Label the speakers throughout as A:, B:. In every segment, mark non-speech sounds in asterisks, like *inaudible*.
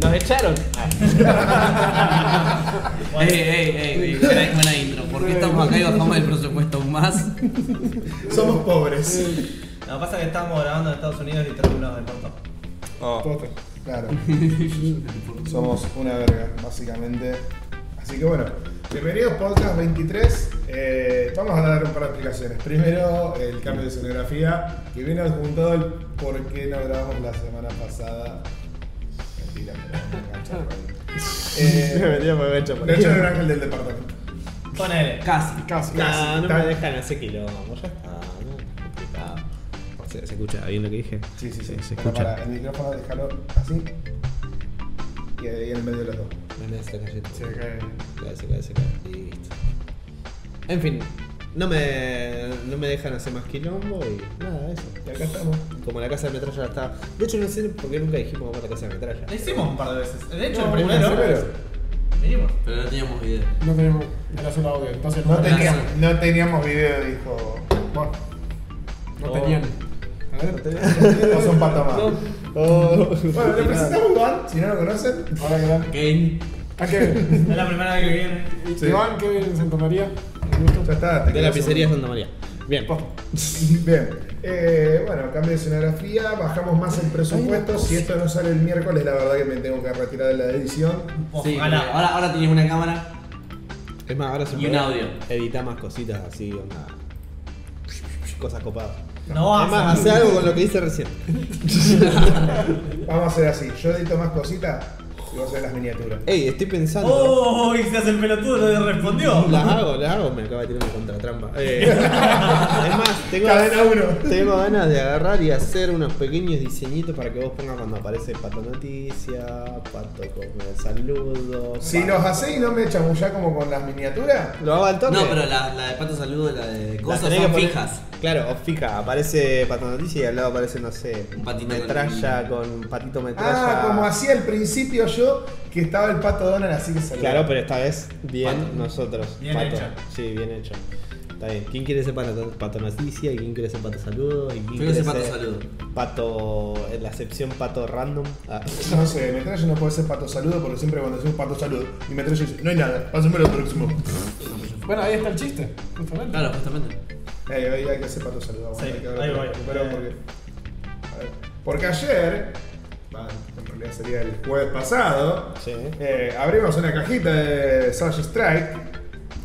A: los echaron.
B: *laughs* Ey, ey, ey, ey, buena intro. ¿Por qué estamos acá y bajamos el presupuesto aún más?
C: Somos pobres.
D: Lo que pasa es que estamos grabando en Estados Unidos y terminamos de Puerto.
E: Oh,
C: Posta, Claro. Somos una verga, básicamente. Así que bueno, bienvenidos podcast 23. Eh, vamos a dar un par de explicaciones. Primero, el cambio de escenografía, que viene adjuntado el por qué no grabamos la semana pasada. Mentira, pero me engancha por ahí.
A: *laughs*
C: Eh,
E: deberíamos haber hecho por
C: de hecho, era un
E: ahí.
C: ángel del departamento.
D: Ponele.
B: *laughs* Casi.
C: Casi,
A: Ah, No,
C: casi,
A: no me
C: tal.
A: dejan hacer quilombo, ya está, no, es complicado. ¿Se, se escucha bien lo que dije?
C: Sí, sí, sí.
A: Se, se
C: Para,
A: escucha.
C: para, el micrófono, déjalo así. Y ahí en el medio de los dos.
A: No, no, se está cayendo.
C: Se cae.
A: Cae, se cae, se cae. Y listo. En fin, no me, no me dejan hacer más quilombo y nada, eso.
C: Y acá estamos.
A: Como la casa de metralla ya está. De hecho, no sé por qué nunca dijimos vamos a la casa de metralla.
D: Lo hicimos un par de veces. De hecho,
C: No,
D: el primero.
C: el primero.
D: Vinimos.
B: Pero no teníamos idea.
F: No tenemos gracias a audio, entonces no,
C: No,
B: tenía-
C: teníamos, no teníamos video, dijo. Bueno,
F: no tenían.
C: *laughs* no son pato más.
A: *laughs* Oh.
C: Bueno, le presentamos a Iván, si no lo conocen.
F: Ahora que dan.
B: Kane.
F: ¿A *laughs* qué?
D: Es la primera vez que viene.
C: Sí.
F: Iván, que vive en Santa María. Un
C: Ya
F: gusto.
C: está. te
A: De la
C: quedas
A: pizzería
C: un-
A: Santa María. Bien.
C: *laughs* Bien. Eh, bueno, cambio de escenografía, bajamos más el presupuesto. Si esto no sale el miércoles, la verdad que me tengo que retirar de la edición.
B: Sí,
D: Ojalá.
B: ahora, ahora tienes una cámara.
A: Es más, ahora se
B: Y un
A: puede
B: audio.
A: Editar más cositas así, onda. Cosas copadas.
D: No
B: Oh,
D: vas a-
A: Además, hace algo con lo que hice recién.
C: Vamos a hacer así: yo edito más cositas y vos haces las miniaturas.
A: Ey, estoy pensando.
D: ¡Oh! Y se hace el pelotudo, no le respondió.
A: Las hago, las hago, me acaba de tirar una contratrampa.
B: *laughs*
A: Eh, es más, tengo,
C: Cadena uno.
A: tengo ganas de agarrar y hacer unos pequeños diseñitos para que vos pongas cuando aparece Pato Noticia, Pato con saludos.
C: Si los hacés y no me chamullás como con las miniaturas,
D: Ah.
A: Lo hago al toque.
B: No, pero la, la de Pato Saludo, la de
A: Las
B: cosas
A: tenés que
B: son
A: poner-
B: fijas.
A: Claro, o fija. Aparece Pato Noticia y al lado aparece, no sé,
B: Un patito
A: metralla con, patito metralla.
C: Ah, como hacía al principio yo, que estaba el pato Donald así que salía.
A: Claro, pero esta vez bien
B: Pato.
A: nosotros.
D: Bien
A: Pato.
D: hecho.
A: Sí, bien hecho. Está bien. ¿Quién quiere ser pato, pato noticia? ¿Y quién quiere ser pato saludo? ¿Y quién
B: Yo ese Pato Saludo.
A: Pato. en la acepción pato random. Ah.
C: No sé, Metralla no puede ser pato saludo porque siempre cuando decimos pato saludo, y Metralla dice, no hay nada, pásenme lo próximo.
D: *laughs*
F: Bueno, ahí está el chiste, justamente.
B: Claro, justamente.
C: Ahí, ahí hay que hacer pato saludo. vamos,
D: Sí,
C: hay que
D: ahí voy.
C: recuperar
D: Eh.
C: porque... a ver, porque ayer, va, en realidad sería el jueves pasado,
A: Sí.
C: eh, abrimos una cajita de Savage Strike,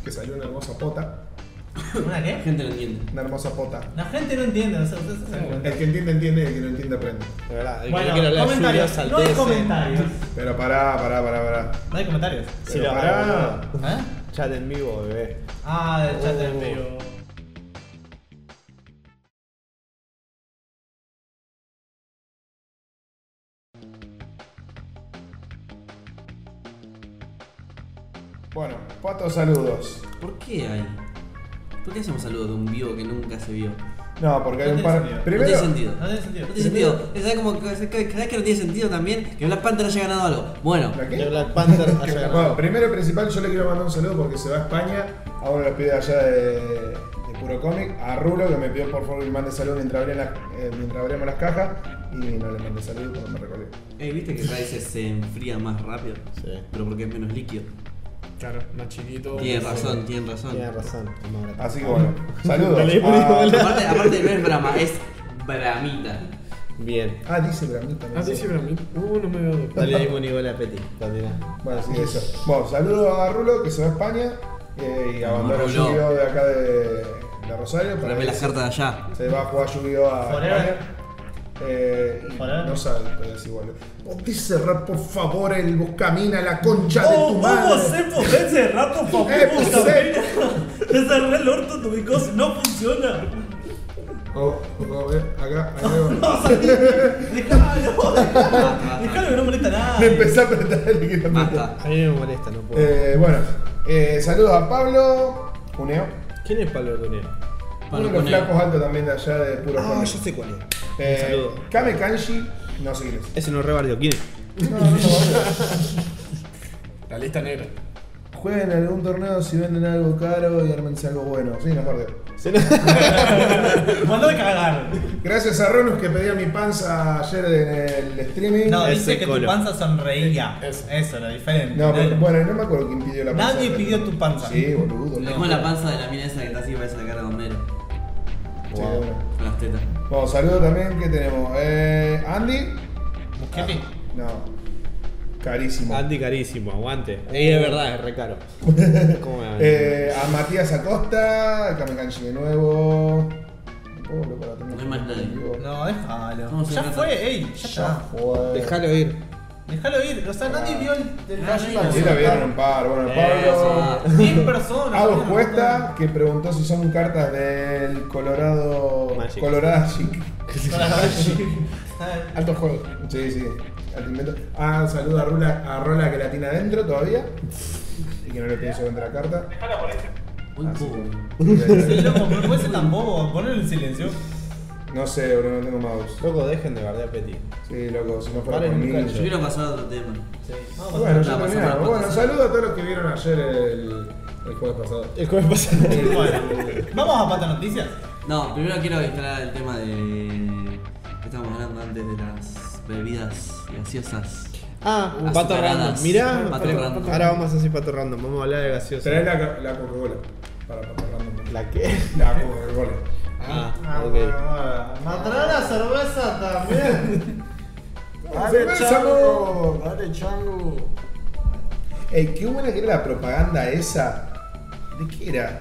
C: que salió una hermosa pota,
D: ¿Una
B: La
D: qué?
B: gente no entiende.
C: una hermosa pota.
D: La gente no entiende, o sea, ustedes se dan cuenta.
C: El que entiende, entiende, y el que no entiende, aprende.
A: De verdad. el que no quiero
D: Bueno,
A: hablar, Julio
D: comentarios. No hay
A: Saltese.
D: comentarios.
C: Pero pará, pará, pará, pará.
D: No hay comentarios.
A: Sí,
C: Pero
A: lo
C: pará.
A: hago,
D: ¿Eh?
A: boludo. Chat en vivo, bebé.
D: Ah, del chat
C: Oh.
D: del medio.
C: Bueno, pato saludos.
B: ¿Por qué hay? ¿Por qué hacemos saludos de un vivo que nunca se vio?
C: No, porque hay
D: No
C: un
D: tiene
C: par.
D: sentido.
B: no tiene
C: Primero,
B: sentido.
D: No tiene
B: No
D: sentido.
B: tiene sentido. Es ¿sabes como que es que- cada vez que no tiene sentido también que Black Panther haya ganado algo. Bueno,
C: ¿la
A: De
C: qué?
A: Black Panther ha
C: Bueno,
A: llegado.
C: primero y principal, yo le quiero mandar un saludo porque se va a España a uno de los pibes allá de, de Puro Cómic, a Rulo, que me pidió por favor que le mande saludos mientras, abrían las- eh, mientras abríamos las cajas y no le mandé saludos cuando me recolé.
B: eh, ¿viste que Rice se enfría más rápido?
A: Sí.
B: Pero porque es menos líquido.
F: Claro, más chiquito.
B: Tienen razón, tienen razón.
A: Tiene razón. es más barato.
C: Así que bueno, saludos.
A: *laughs* Dale,
C: Ah,
B: Aparte, aparte no es brama, es bramita.
A: Bien.
C: ah, dice Bramita.
F: Ah, sí, sí, pero a mí. Uh, no me veo.
A: Dale ahí un nivel a Petit. Continúa.
C: Bueno, sí, eso. Bueno, saludos a Rulo, que se va a España eh, y abandona
B: Rulo.
C: Yu-Gi-Oh! de acá de, de Rosario. para
B: Tráeme las
C: irse-
B: cartas de allá.
C: Se va a jugar Yu-Gi-Oh! a
D: Forever.
C: España. Eh, y
D: Forever.
C: no sabe, pero es igual. Podés cerrar Oh, por favor el buscamina, la concha de
D: Oh,
C: tu
D: ¿cómo
C: madre.
D: se podés cerrar tu
C: Eh,
D: papel?
C: pues,
D: puta
C: eh.
D: *laughs* pena? Te cerré el orto, tu bicos no funciona.
C: Oh, oh, eh, acá, acá. va.
D: *laughs* No, Santi, dejalo,
C: *laughs*
D: dejalo, dejalo que "Ah, no molesta nada.
C: Le empecé a apretar el
B: Basta.
A: A mí me molesta, no puedo.
C: Eh, bueno, eh, saludos a Pablo Cuneo.
A: ¿Quién es Pablo Cuneo?
C: Uno
B: Pablo
C: de los
B: Cuneo.
C: flacos altos también de allá de puro
A: Ah,
C: Cómic.
A: yo sé cuál es.
C: Eh,
A: Un saludo.
C: Kame Kanji, no sé quién
A: Ese no es rebardio. ¿Quién es?
C: es. No, no, no, no.
F: La lista negra.
C: Jueguen en algún torneo si venden algo caro y ármense algo bueno. Sí, nos perdió.
A: Se nos-
D: Mandó a cagar.
C: Gracias a Ronus que pedía mi panza ayer en el streaming.
D: No,
A: Ese
D: dice que tu
A: colo.
D: panza sonreía.
F: Eso.
D: Eso, lo diferente.
C: No, pero,
D: Dale.
C: bueno, no me acuerdo quién pidió la panza.
D: Nadie pidió tu panza.
C: Sí, boludo.
B: Le dejó la panza de la mina esa que está así parece la cara de bombero.
C: Sí,
A: Wow.
C: bueno.
B: Con las tetas.
C: Bueno, saludo también que tenemos. Eh, Andy. Ah,
D: Busquete.
C: No. Carísimo.
A: *laughs* Andy carísimo, aguante. Ey, es verdad, es re *laughs* caro. ¿Cómo me va?
C: Eh, a Matías Acosta, a Kamikanchi de nuevo. Oh, loco, la tengo
B: No hay más nadie.
C: conmigo.
D: No, déjalo.
B: ¿Cómo se
D: Ya
B: llama?
D: fue, ey, ya
C: Ya
D: está.
C: fue.
A: Déjalo ir.
D: Déjalo ir. O sea, nadie vio el el
B: Ah,
D: Flash
B: no,
C: Sí,
D: Pass.
C: la vieron un par. Bueno, Pablo.
B: Eso.
D: 100 personas.
C: Agus
D: bueno,
C: Cuesta, que preguntó si son cartas del Colorado.
A: Magic.
C: Colorado Chic.
D: Para-
F: Alto juego.
C: Sí, sí. al invento. Ah, saludo a, Rula, a Rola que la tiene adentro todavía. Y que no le pienso vender la carta.
B: Uy,
C: Así
B: pobre.
D: Sí,
C: que-
D: loco, pero puede ser tan bobo. Ponelo en silencio.
C: No sé, bro, no tengo mouse.
A: Loco, dejen de bardear Petit.
C: Sí, loco, si no fuera
A: Paren
C: por
A: un
C: mí.
A: cacho.
B: Yo quiero pasar a otro tema.
D: Vamos
C: Bueno, ya
B: No, pasamos la
C: terminamos. Bueno,
B: votación.
C: saludos a todos los que vieron ayer el, el jueves pasado.
A: El jueves pasado.
D: Bueno, vamos a pata noticias.
B: No, primero quiero instalar el tema de. que estábamos hablando antes de las bebidas gaseosas.
A: *laughs* Ah,
B: Azucaradas.
A: pato random. Mirá,
B: Pato
A: pato-
B: random.
A: ahora vamos a hacer pato random. Vamos a hablar de gaseosa.
C: Trae la, la Coca-Cola para pasar random.
A: ¿La qué?
C: La Coca-Cola.
A: Ah, ok.
D: Matará la cerveza también.
C: ¡Cerveza, no!
F: Dale, chango.
C: Ey, qué buena que era la propaganda esa. ¿De qué era?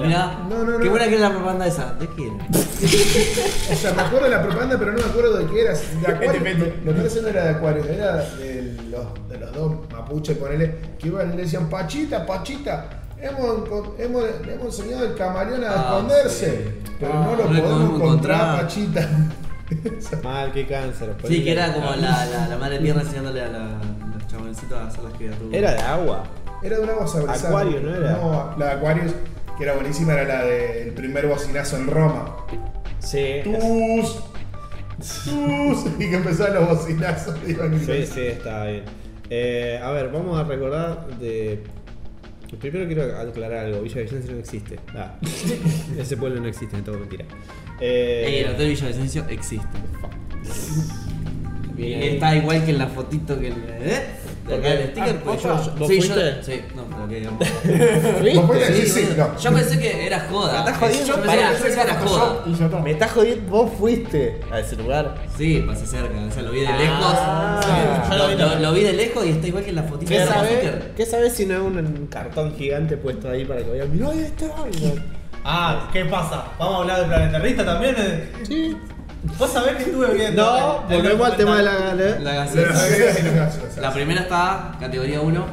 B: Mirá,
C: No, no, no.
B: qué buena que era la propaganda esa. ¿De quién?
C: O sea, me acuerdo de la propaganda, pero no me acuerdo de qué era. si De Acuario. Lo que parece no era de Acuario, era de los, de los dos mapuche, ponele, que iban y le decían, Pachita, Pachita, hemos, encon- hemos, le hemos enseñado al camaleón a
B: Ah,
C: esconderse,
B: sí.
C: pero
F: Ah,
C: no lo
B: no le
C: podemos
B: podemos
C: encontrar,
B: encontrar.
C: Pachita.
B: *laughs*
A: Mal, qué cáncer.
B: Sí,
A: ponele.
B: que era como la, la, la madre tierra enseñándole a la- los chaboncitos a hacer las criaturas.
A: Era de agua.
C: Era de una voz sabrosada.
A: Acuario, ¿no era?
C: No, la de Acuarius, que era buenísima, era la del primer bocinazo en Roma.
A: Sí.
C: Tus, tus, y que empezaban los bocinazos. y iban
A: Sí, sí, está bien. Eh, a ver, vamos a recordar de. Primero quiero aclarar algo. Villa Vicencio no existe. Ah. Ese pueblo no existe, es todo mentira.
B: Ey, el
A: Eh,
B: Hotel Villavicencio existe. Bien. Está igual que en la fotito que el. ¿Eh? De acá el sticker,
F: Ah,
B: porque
F: ¿posta?
B: yo-
A: ¿Vos
B: sí,
A: fuiste?
B: yo. Sí, no, pero que digamos.
C: ¿Vos podés
B: Sí,
C: decir sí,
B: boludo.
C: no.
B: Yo pensé que era joda.
A: Me estás jodiendo,
B: Yo pensé
A: pará,
B: que era joda.
F: Y ya está.
A: Me estás jodiendo, vos fuiste a ese lugar.
B: Sí, pasé cerca, o sea, lo vi de lejos.
A: Ah.
B: Sí, lo, lo- lo vi de lejos y está igual que en la fotito
A: ¿Qué
B: de la
A: sabes?
B: sticker.
A: ¿Qué sabes si no es un cartón gigante puesto ahí para que vean? Mirá, ahí está.
D: Ah, ¿qué pasa? ¿Vamos a hablar del planetarista también? eh?
A: Sí.
D: Vos sabés que estuve viendo.
A: No,
D: el- el
A: volvemos al tema de la
B: La
C: Las
B: gaseosa.
C: ideas y las gracias.
B: La primera está categoría 1.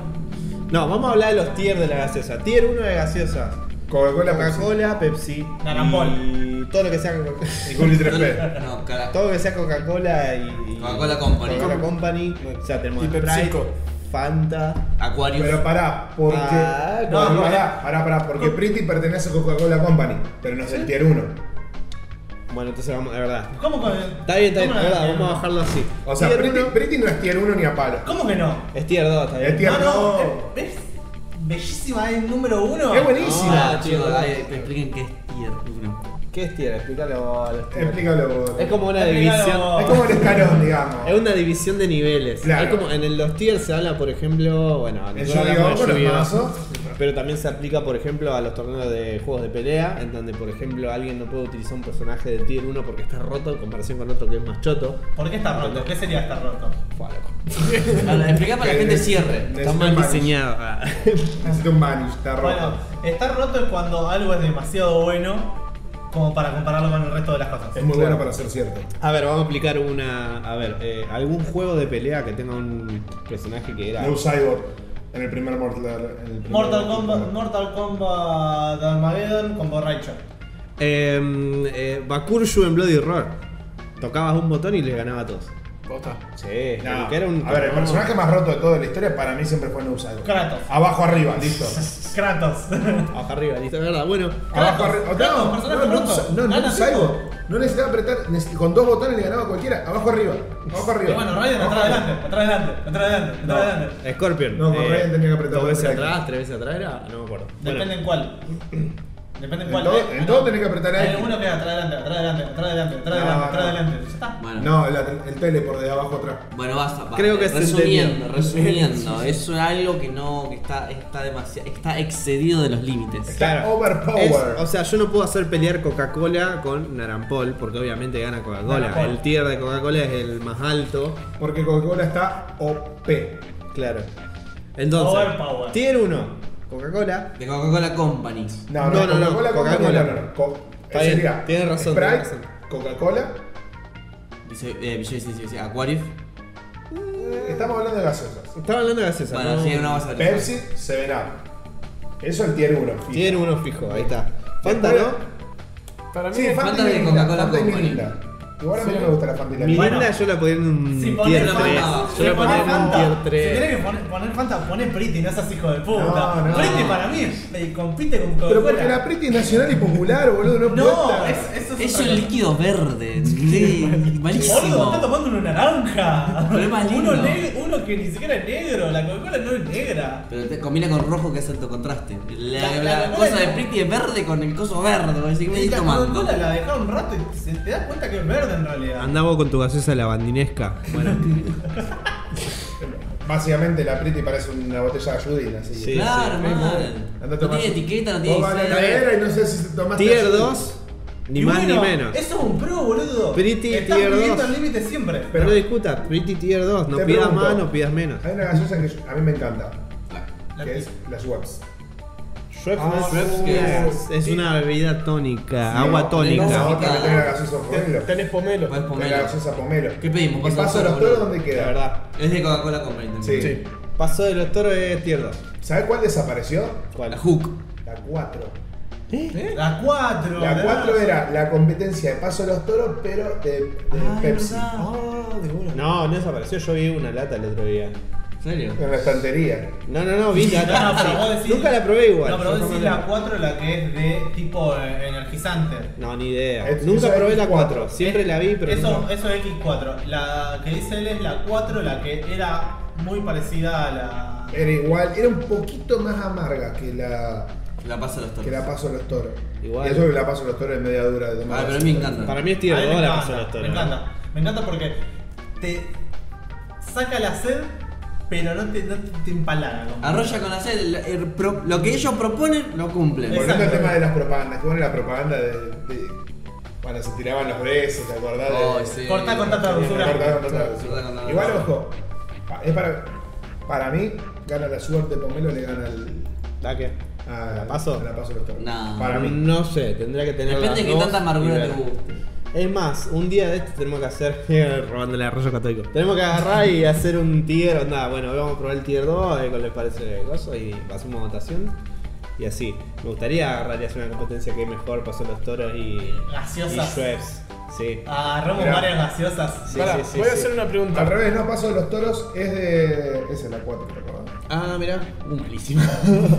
A: No, vamos a hablar de los tier de la gaseosa. Tier 1 de gaseosas.
C: Coca-Cola, Pepsi
A: Coca-Cola, Pepsi.
D: Naranjol.
A: Y todo lo que sea Coca-
C: *laughs* y Juli 3P.
B: No, cara.
A: todo lo que sea Coca-Cola y. y-
B: Coca-Cola Company.
A: Coca-Cola Company. O sea, tenemos
F: Y Pepsico.
A: Fanta.
B: Acuarios.
C: Pero pará, porque.
A: Ah,
C: no,
A: no,
C: pará, pará, pará, porque Pretty pertenece a Coca-Cola Company, pero no es el tier 1.
A: Bueno, entonces vamos, de verdad.
D: ¿Cómo que.?
A: Está bien, está bien,
D: cómo
A: de
D: no?
A: verdad, vamos a bajarlo así.
C: O sea,
A: Tier
C: Pretty,
A: uno-
C: Pretty no es tier 1 ni a palo.
D: ¿Cómo que no?
A: Es tier 2, está bien.
C: Es tier
D: no,
C: 2.
D: no, es bellísima, es número uno.
C: Es buenísima.
B: No,
A: Sí,
B: chicos,
A: sí,
B: dale,
A: sí.
B: que expliquen qué es tier 1.
A: ¿Qué es tier? Explícalo. a los tier.
C: Explícalo vos.
A: Es como una
D: Explícalo.
A: división.
C: Es como el escalón, digamos.
A: Es una división de niveles.
C: Claro.
A: Hay como en el- los tiers se habla, por ejemplo, bueno,
C: El
A: nosotros hablamos
C: Yu-Gi-Oh
A: de
C: con los
A: Yu-Gi-Oh,
C: mazos.
A: pero también se aplica, por ejemplo, a los torneos de juegos de pelea, en donde, por ejemplo, alguien no puede utilizar un personaje de tier 1 porque está roto en comparación con otro que es más choto.
D: ¿Por qué está roto? ¿Qué sería estar roto?
A: Fua, loco.
B: Ahora, Explicá para que la gente
C: Necesito-
B: cierre.
A: Está
C: necesito
A: mal
C: un vanish.
A: diseñado. *laughs*
C: Necesito un vanish, está roto.
D: Bueno, estar roto es cuando algo es demasiado bueno como para compararlo con el resto de las cosas.
C: es muy
A: Claro.
C: bueno para ser cierto.
A: A ver, vamos a aplicar una. A ver, eh, algún juego de pelea que tenga un personaje que era.
C: New Cyborg en el primer Mortal. en el primer
D: Mortal Kombat, Mortal Kombat de Armageddon con borracho.
C: *laughs*
A: Em, eh, Bakurshu en Bloody Roar. Tocabas un botón y les ganaba a todos.
F: Posta.
A: Sí,
C: No,
A: que era un.
C: A ver, el
A: no.
C: personaje más roto de toda la historia para mí siempre fue New Cyborg.
D: Kratos.
C: Abajo arriba, listo.
D: *laughs* Kratos.
A: Abajo arriba, listo, es verdad. Bueno,
C: Abajo
D: Kratos,
C: arriba.
D: Kratos,
C: No,
D: personaje
C: no,
D: roto.
C: no, no,
D: Gana
C: New Cyborg.
D: Cyborg.
C: No necesitaba apretar, neces- con dos botones le ganaba a cualquiera. Abajo arriba, abajo arriba.
D: Pero bueno, Raiden
C: Abajo
D: atrás
C: arriba.
D: adelante, atrás adelante, atrás adelante, atrás adelante.
A: Scorpion. eh,
C: No, con Raiden tenía que apretar
A: Dos
C: los
A: veces
C: botones.
A: atrás, tres veces atrás era. No me acuerdo. Bueno,
D: Depende en cuál. Depende en
C: En
D: cuál.
C: todo-
D: Eh,
C: en todo tenés que apretar
D: Hay
C: ahí.
D: alguno que es atrás adelante, atrás adelante, atrás adelante, atrás
C: No,
D: adelante, atrás
C: no.
D: adelante. Ya está.
B: Bueno,
C: No, la- el teleport de abajo atrás.
B: bueno, basta. basta.
A: Creo que se
B: resumiendo,
A: entendió.
B: resumiendo, eso es algo que no que está está demasiado está excedido de los límites.
C: Está overpowered.
A: es- o sea, yo no puedo hacer pelear Coca-Cola con Narampol, porque obviamente gana Coca-Cola.
D: Narampol.
A: El tier de Coca-Cola es el más alto.
C: Porque Coca-Cola está OP.
A: Claro. Entonces,
D: Overpower.
A: tier 1, Coca-Cola.
B: De Coca-Cola Company.
C: No,
A: No,
C: no,
A: no, no,
C: Coca-Cola,
A: Coca-Cola.
C: Coca-Cola. no, no, Co-
A: Está bien,
C: sería
A: tienes razón,
C: Sprite,
A: tienes razón.
C: Coca-Cola.
B: Dice eh, Villay, sí, sí, sí, Aquarius.
C: Estamos hablando de gaseosas.
A: Estaba hablando de gaseosa.
B: Bueno,
A: no-
B: sí, no vas a
C: Pepsi, Seven Up. Eso es el tier 1.
A: Tier 1 fijo, ahí está. Fanta,
C: Después-
A: ¿no?
F: Para mí,
C: Sí,
F: es-
C: Fanta
B: Fanta
C: y
B: de
C: Mirinda.
B: Coca-Cola
C: Fanta y
B: Company.
C: Mirinda. Igual a mí
F: Sí.
C: no me gusta la Fanta y la Mirinda.
A: Mirinda yo la pondría en un
D: Si pones
A: Mm, tier 3.
B: Fanta,
A: Yo
D: Si
A: la pondría
D: pones
A: en un
D: Fanta,
A: tier 3.
D: si tenés que poner, poner Fanta, poné Pretty, no seas hijo de puta.
C: No, no.
D: Pretty para mí eh, compite con
C: Pero porque la
D: Coca-Cola.
C: Pretty es nacional y popular, boludo. No,
D: No,
C: cuesta.
D: es, eso es
B: Es
D: otra
B: un
D: cosa.
B: líquido verde. sí,
D: Boludo, está
B: Malísimo.
D: tomando una naranja.
B: Pero es más lindo.
D: *laughs* Uno, neg- uno que ni siquiera es negro, la Coca-Cola no es negra.
B: Pero te combina con rojo que es alto contraste. La,
D: La-
B: la
D: la Coca-Cola
B: cosa de
D: no.
B: Pretty es verde con el coso verde. Voy a decir, ¿qué me
D: Y
B: estoy
D: la
B: tomando?
D: Coca-Cola la dejás un rato y se- te das cuenta que es verde en realidad.
A: Andá vos con tu gaseosa *laughs* lavandinesca. Bueno,
C: Básicamente la Pretty parece una botella de ayudín, así.
A: Sí.
B: Claro,
A: sí,
B: man.
C: Andá a
B: No
C: tomar-
B: tiene etiqueta, no
C: Vos
B: tiene
C: vas a la
B: diseño.
C: heladera y no sé si te tomaste
A: tier
C: ayudín.
A: 2, ni
D: Y
A: más ni
D: bueno,
A: menos.
D: Eso es un pro, boludo.
A: Pretty
D: Te Estás
A: tier
D: pidiendo
A: dos.
D: el límite siempre.
A: Pero no discutas, Pretty Tier 2, no
C: Te
A: pidas
C: pregunto,
A: más, no pidas menos.
C: Hay una gaseosa que yo- a mí me encanta,
D: La
C: que
D: Pretty.
C: es las Schweppes.
A: Schweppes
C: Ah,
A: no es-
C: Schweppes,
A: es-
C: ¿qué
A: es, una bebida tónica, agua
B: tenemos
A: tónica.
C: La
B: agua.
C: otra que tiene la gaseosa pomelo.
F: tenés pomelo.
B: Podés
C: Tiene la
B: pomelo.
C: gaseosa pomelo.
B: ¿Qué pedimos?
C: ¿El
B: Paso
C: paso de
B: de
C: los
B: boludo.
C: toros dónde queda?
A: La verdad.
B: Es de Coca-Cola Company también.
C: Sí.
A: Sí. Paso de los toros es Tier 2.
C: ¿Sabes cuál desapareció?
B: La
A: ¿Cuál? ¿Eh?
B: Hook.
C: La 4.
D: La 4.
C: La 4 era la competencia de Paso de los Toros, pero de, de Pepsi.
A: Ah, No, no desapareció, yo vi una lata el otro día.
B: ¿En serio?
C: En la estantería.
A: No, no, no, vi lata.
D: *laughs* No, pero vos decís-
A: Nunca la probé igual.
D: No, pero vos
A: Yo
D: decís
A: jamás la-
D: la 4 la que es de tipo eh, energizante.
A: No, ni idea.
C: Es-
A: Nunca
C: esa
A: probé
C: es
A: la
C: cuatro.
A: 4, siempre
D: Es-
A: la vi, pero
D: Eso,
A: nunca-
D: eso es X4. La que dice él es la 4, la que era muy parecida a la.
C: Era igual, era un poquito más amarga que la,
B: La pasa a los toros.
C: que la Paso de los Toros.
A: Igual.
C: Y eso que la Paso de los Toros es media dura de tomar.
B: Ah, pero a mí me encanta.
A: Para mí es
D: A
A: Tier
D: mí
A: 2
D: me
A: la
D: encanta,
A: paso de los toros.
D: Me encanta, me encanta porque te saca la sed, pero no te, no te- te empalaga. como-
A: Ah.
B: Arrolla con la sed. el- el pro- lo que ellos proponen, lo cumplen.
D: Exacto.
C: Volviendo al tema de las propagandas, que bueno la propaganda de, de- Cuando se tiraban los besos, ¿te acordás? de-
B: Oh, sí.
D: Cortá, cortá
C: de- de-
D: travesura.
C: de- de- de-
B: Cortá, cortá,
C: Igual,
B: cortá.
C: ojo, pa- es para, para mí, gana la suerte Pomelo, le gana el,
A: ¿La qué?
C: a
A: ¿La Paso?
C: a la paso de los Toros.
B: No.
C: Para mí.
A: No sé, tendría que tener.
B: Depende
A: las
B: de qué
A: dos
B: tanta
A: y
B: amargura
A: ver.
B: te guste.
A: Es más, un día de estos tenemos que hacer. *laughs* robándole a Rayo Católico. Tenemos que agarrar y hacer un tier. Onda, bueno, hoy vamos a probar el tier 2, a ver qué les parece gozo y hacemos votación. Y así. Me gustaría agarrar y hacer una competencia que es mejor, pasó los toros y.
D: Gaseosas. Ah,
A: Y Schweppes. Sí.
D: Agarramos
C: Mirá.
D: varias gaseosas.
A: Sí,
F: Pará,
A: sí, sí,
F: voy a
A: sí.
F: hacer una
C: Al
F: pregunta.
C: revés, no, Paso de los Toros es de. Esa es la 4, ¿te acordás?
A: Ah, mirá. Uh, malísimo.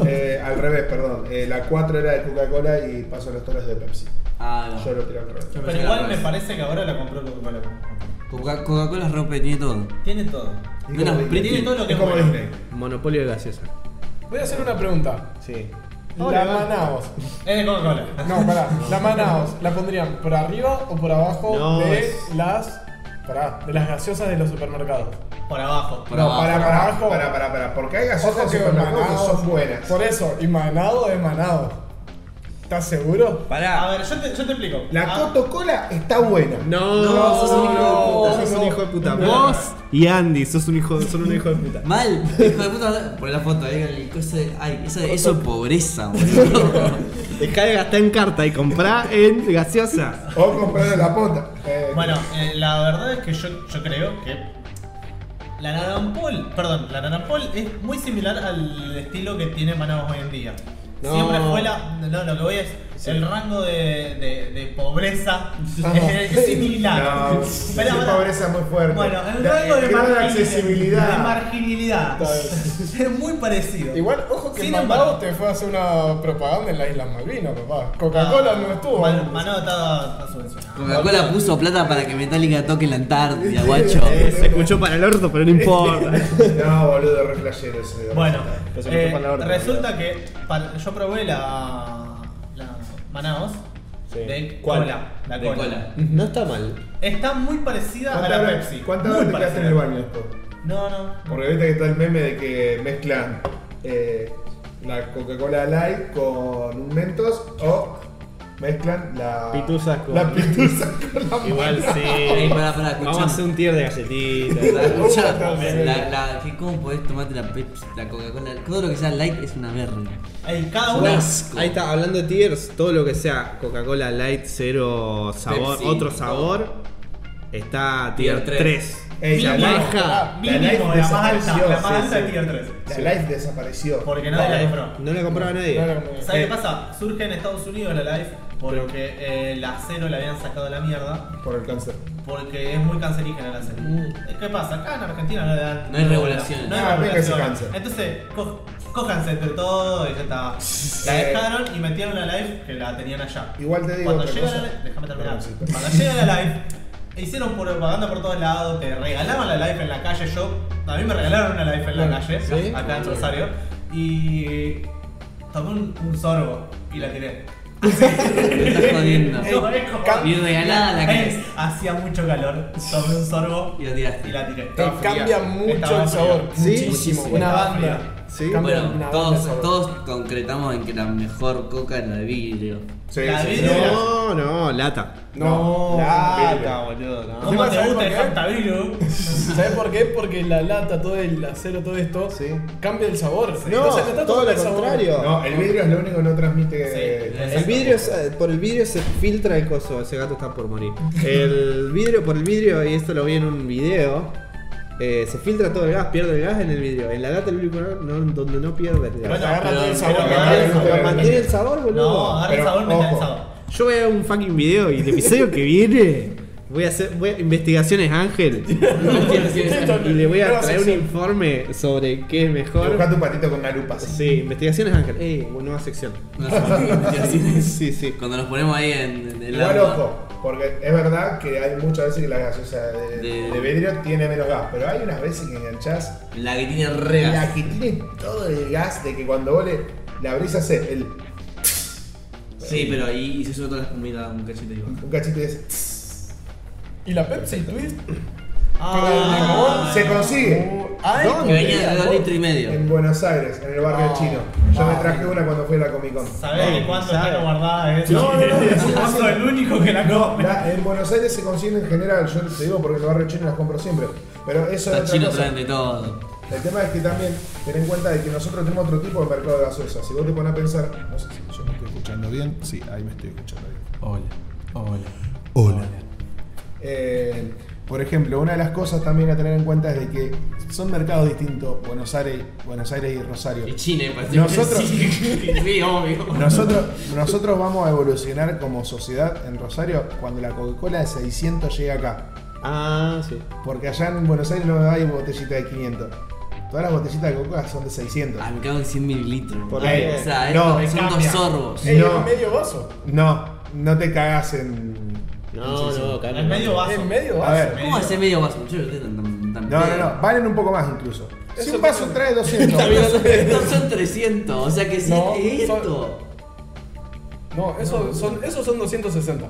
C: Eh, al revés, perdón. Eh, la 4 era de Coca-Cola y Paso de los Toros de Pepsi.
B: Ah, no.
C: Yo lo tiré al revés.
B: Yo
D: Pero
B: que
D: igual
B: era
D: me
B: más.
D: parece que ahora la compró Coca-Cola.
B: Coca- Coca-Cola rompe, tiene todo.
D: Tiene todo.
B: Menos
C: como
B: Pretty.
D: Tiene todo lo que
C: Es como
D: bueno.
C: Disney.
A: *laughs* Monopolio de gaseosa.
F: Voy a hacer una pregunta.
A: Sí.
F: La Manaos.
D: Es de Coca-Cola.
F: No, pará. La Manaos, ¿la pondrían por arriba o por abajo
A: No,
F: de
A: es-
F: las. Pará, de las gaseosas de los supermercados?
D: Por abajo.
B: Por
C: no,
B: abajo.
C: para,
F: Por
C: para,
F: abajo.
C: para, para, para, porque hay gaseosas
F: Ojo
C: que
F: que
C: con que
F: Manaos-
C: son buenas.
F: Por eso, y Manado es Manado. ¿Estás seguro?
D: A
A: Pará.
D: ver, yo te, yo te explico.
C: La
D: Ah,
C: Coca-Cola está buena.
A: No,
B: No,
A: sos un hijo de puta.
F: no,
A: sos un
F: no.
A: hijo de puta.
F: No.
A: Vos y Andy, sos un hijo, son un hijo de puta.
B: Mal, hijo de puta, poné la foto ahí, el coso de- ay, eso, eso es pobreza, boludo.
C: *laughs*
A: Dejá de gastar en carta y comprá en gaseosa.
C: O compraron la pota. Eh,
D: Bueno, eh, la verdad es que yo, yo creo que la Narampol, perdón, la Narampol es muy similar al estilo que tiene Manaus hoy en día.
A: No.
D: Siempre fue la. No, lo que voy es. El rango de, de, de pobreza *laughs* es, es similar.
C: No,
D: Pará,
C: sí,
D: pará.
C: pobreza muy fuerte.
D: Bueno, el
C: La-
D: rango de,
C: el grado de
D: margin- de
C: accesibilidad.
D: marginalidad *laughs* es muy parecido.
F: Igual, ojo que
D: Sin
F: Mamau
D: embargo-
F: te fue a hacer una propaganda en las Islas Malvinas, papá. Coca-Cola no estuvo.
D: Man- Manolo está, está subvencionado.
B: Coca-Cola puso plata para que Metallica toque la Antártida, guacho.
A: Eh, se escuchó para el orto, pero no importa.
C: Eh, *laughs* No, boludo, re flashero ese. de verdad.
D: Bueno,
A: Entonces,
D: eh,
A: no fue palabra,
D: resulta que pa- yo probé la. la Manaos
A: Sí.
D: de
A: ¿Cuál?
D: cola. La
B: De cola.
A: No está mal.
D: Está muy parecida a
C: ¿Cuántas
D: la
C: horas-
D: Pepsi.
C: ¿Cuántas
D: muy
C: horas te quedaste en el
D: parecida.
C: baño después?
D: No, no.
C: Porque viste que está el meme de que mezclan eh, la Coca-Cola Light con un Mentos o mezclan la.
A: Pituzas con-
C: La pituza
A: *laughs*
C: con la.
A: Igual sí.
B: Ey, pará, pará,
A: Vamos a
B: escuchame.
A: hacer un tier de galletitas.
B: La, *laughs*
C: *laughs*
A: ¿verdad?
B: escuchá, la, la, que ¿Cómo podés tomarte la Pepsi, la Coca-Cola? Todo lo que sea light es una verga.
D: Ey, cada
B: Es un
D: una.
B: asco.
A: Ahí está, hablando de tiers, todo lo que sea Coca-Cola Light, cero sabor,
B: Pepsi,
A: otro
B: todo.
A: sabor, está tier
B: Tier
A: 3.
B: tres.
C: Ey, la
A: Mínimo.
C: Light-
A: baja,
C: la Light
D: Mínimo, la más alta.
C: desapareció,
D: La más
C: sí,
D: alta
C: sí.
D: de tier 3.
C: La Life desapareció.
D: Porque nadie la compró.
A: No la compraba nadie.
F: No, no, no.
D: ¿Sabes
C: Eh.
D: qué pasa? Surge en Estados Unidos la Life porque eh, la cero la habían sacado de la mierda
C: Por el cáncer.
D: porque es muy cancerígena la cero. ¿Qué pasa? Acá en Argentina no le dan.
B: No hay regulaciones.
D: No hay
C: Mm. Ah, venga ese
D: regulaciones.
C: cáncer.
D: Entonces, co- cójanse entre todo y ya está. La
C: Eh.
D: dejaron y metieron la Life que la tenían allá.
C: Igual te digo
D: Cuando
C: otra
D: llega
C: cosa.
D: la Life. Déjame terminar.
C: Perdón, sí, perdón.
D: Cuando llega la Life. Hicieron propaganda por todos lados, te regalaban la Life en la calle. Yo, a mí me regalaron una Life en la calle,
A: ¿sí?
D: acá en Rosario, y tomé un, un sorbo y la tiré.
B: Me estás
C: *laughs*
B: jodiendo.
D: No, es como-
B: Y regalada la que
D: Es,
B: es.
D: Hacía mucho calor, tomé un sorbo
B: Y la tiraste.
D: y la tiré.
F: Te
C: fría.
F: cambia mucho
D: Estaba
F: el sabor.
D: fría.
A: Sí,
F: Muchísimo.
B: muchísimo.
F: Una
D: Estaba
F: banda.
A: Sí.
B: Bueno,
F: Cambia una banda el
B: todos,
F: sabor.
B: todos concretamos en que la mejor coca es la de vidrio.
C: Sí,
D: La
C: sí, sí.
D: vidrio-
A: No, no, lata.
F: No,
C: vidrio.
A: boludo, no.
D: ¿Cómo te
F: ¿Sabes
D: gusta
F: por
D: el
F: qué?
D: Fanta Blue?
F: ¿Sabes por qué? Porque la lata, todo el acero, todo esto,
C: Sí.
F: cambia el sabor.
A: No,
F: Entonces, te está
A: todo
F: tomando
A: lo
F: el sabor.
A: contrario.
C: No, el vidrio es lo único que no transmite.
D: Sí,
A: El vidrio, es- eh, por el vidrio se filtra el coso, ese gato está por morir. El vidrio, por el vidrio, y esto lo vi en un video, eh, se filtra todo el gas, pierde el gas en el vidrio. En la lata el vidrio no, donde no pierde el gas.
F: Bueno,
D: Pero-
F: agarra todo el
B: pero-
F: sabor.
D: pero-
F: agarra el
A: Pero
F: sabor.
A: mantiene el sabor, boludo.
D: No, agarra el
C: Pero,
D: sabor metalizado.
C: ojo.
A: Yo voy a un fucking video y el episodio que viene voy a hacer voy a- investigaciones Ángel y le voy a traer un informe sobre qué es
C: Busca
A: mejor.
C: tu patito con galupas.
A: Sí, investigaciones Ángel. Eh, nueva sección. *laughs*
B: No sé,
A: Sí, sí.
B: Cuando nos ponemos ahí en, en el
C: Igual
B: agua.
C: ojo, porque es verdad que hay muchas veces que la gaseosa de,
B: De-
C: de vidrio tiene menos gas, pero hay unas veces que enganchás
B: La que tiene regas.
C: la que tiene todo el gas de que cuando vos le, la brisa hace el, un
B: Sí, pero ahí se sube toda la comida un cachete y baja.
C: cachito y hace
F: Y la Pepsi Twist.
D: Ah,
C: se consigue
F: Ay,
B: Que venía de dos litros y medio.
C: Ah, en Buenos Aires, en el
B: Ah.
C: barrio
F: No,
C: chino. Yo me traje una cuando fui a la Comic Con.
D: ¿Sabés de cuánto está
A: sabe.
D: guardada es?
C: No, no, no, no, no,
D: Yo soy el único que la come.
C: La- en Buenos Aires se consiguen en general, yo te digo porque en el barrio chino las compro siempre. Pero eso es
B: Los
C: otra
B: chinos
C: cosa.
B: traen de todo.
C: El tema es que también ten en cuenta de que nosotros tenemos otro tipo de mercado de gaseosa. Si vos te pones a pensar, no sé si yo me estoy escuchando bien. Sí, ahí me estoy escuchando bien.
F: Hola, hola.
C: Hola. Eh, por ejemplo, una de las cosas también a tener en cuenta es de que son mercados distintos, Buenos Aires, Buenos Aires y Rosario.
B: Y China, parece que
C: Nosotros-
B: sí. sí, obvio.
C: Nosotros, nosotros vamos a evolucionar como sociedad en Rosario cuando la Coca-Cola de 600 llega acá.
A: Ah, sí.
C: Porque allá en Buenos Aires no hay botellita de 500. Todas las botellitas de Coca-Cola son de 600.
B: Ah, me cago en 100 mililitros.
A: Por
B: Ay,
A: ahí.
B: o sea,
C: No,
B: esto son dos
D: cambia.
B: sorbos.
C: Eh,
F: Ey,
C: No.
F: ¿En medio vaso?
C: No, no te cagas en...
A: No, no,
D: En
A: carne.
D: el medio vaso.
F: ¿En medio
C: A
F: vaso?
C: ver.
B: ¿Cómo hace medio vaso? muchachos? Ustedes están tan- tan
C: No, no,
B: pedos.
C: no. Valen un poco más incluso. Si
F: Eso
C: un vaso
F: que-
C: trae 200.
B: Estos son- Estos son 300, o sea que si
F: No,
B: es
F: son-
B: esto.
F: No, eso son, esos son 260.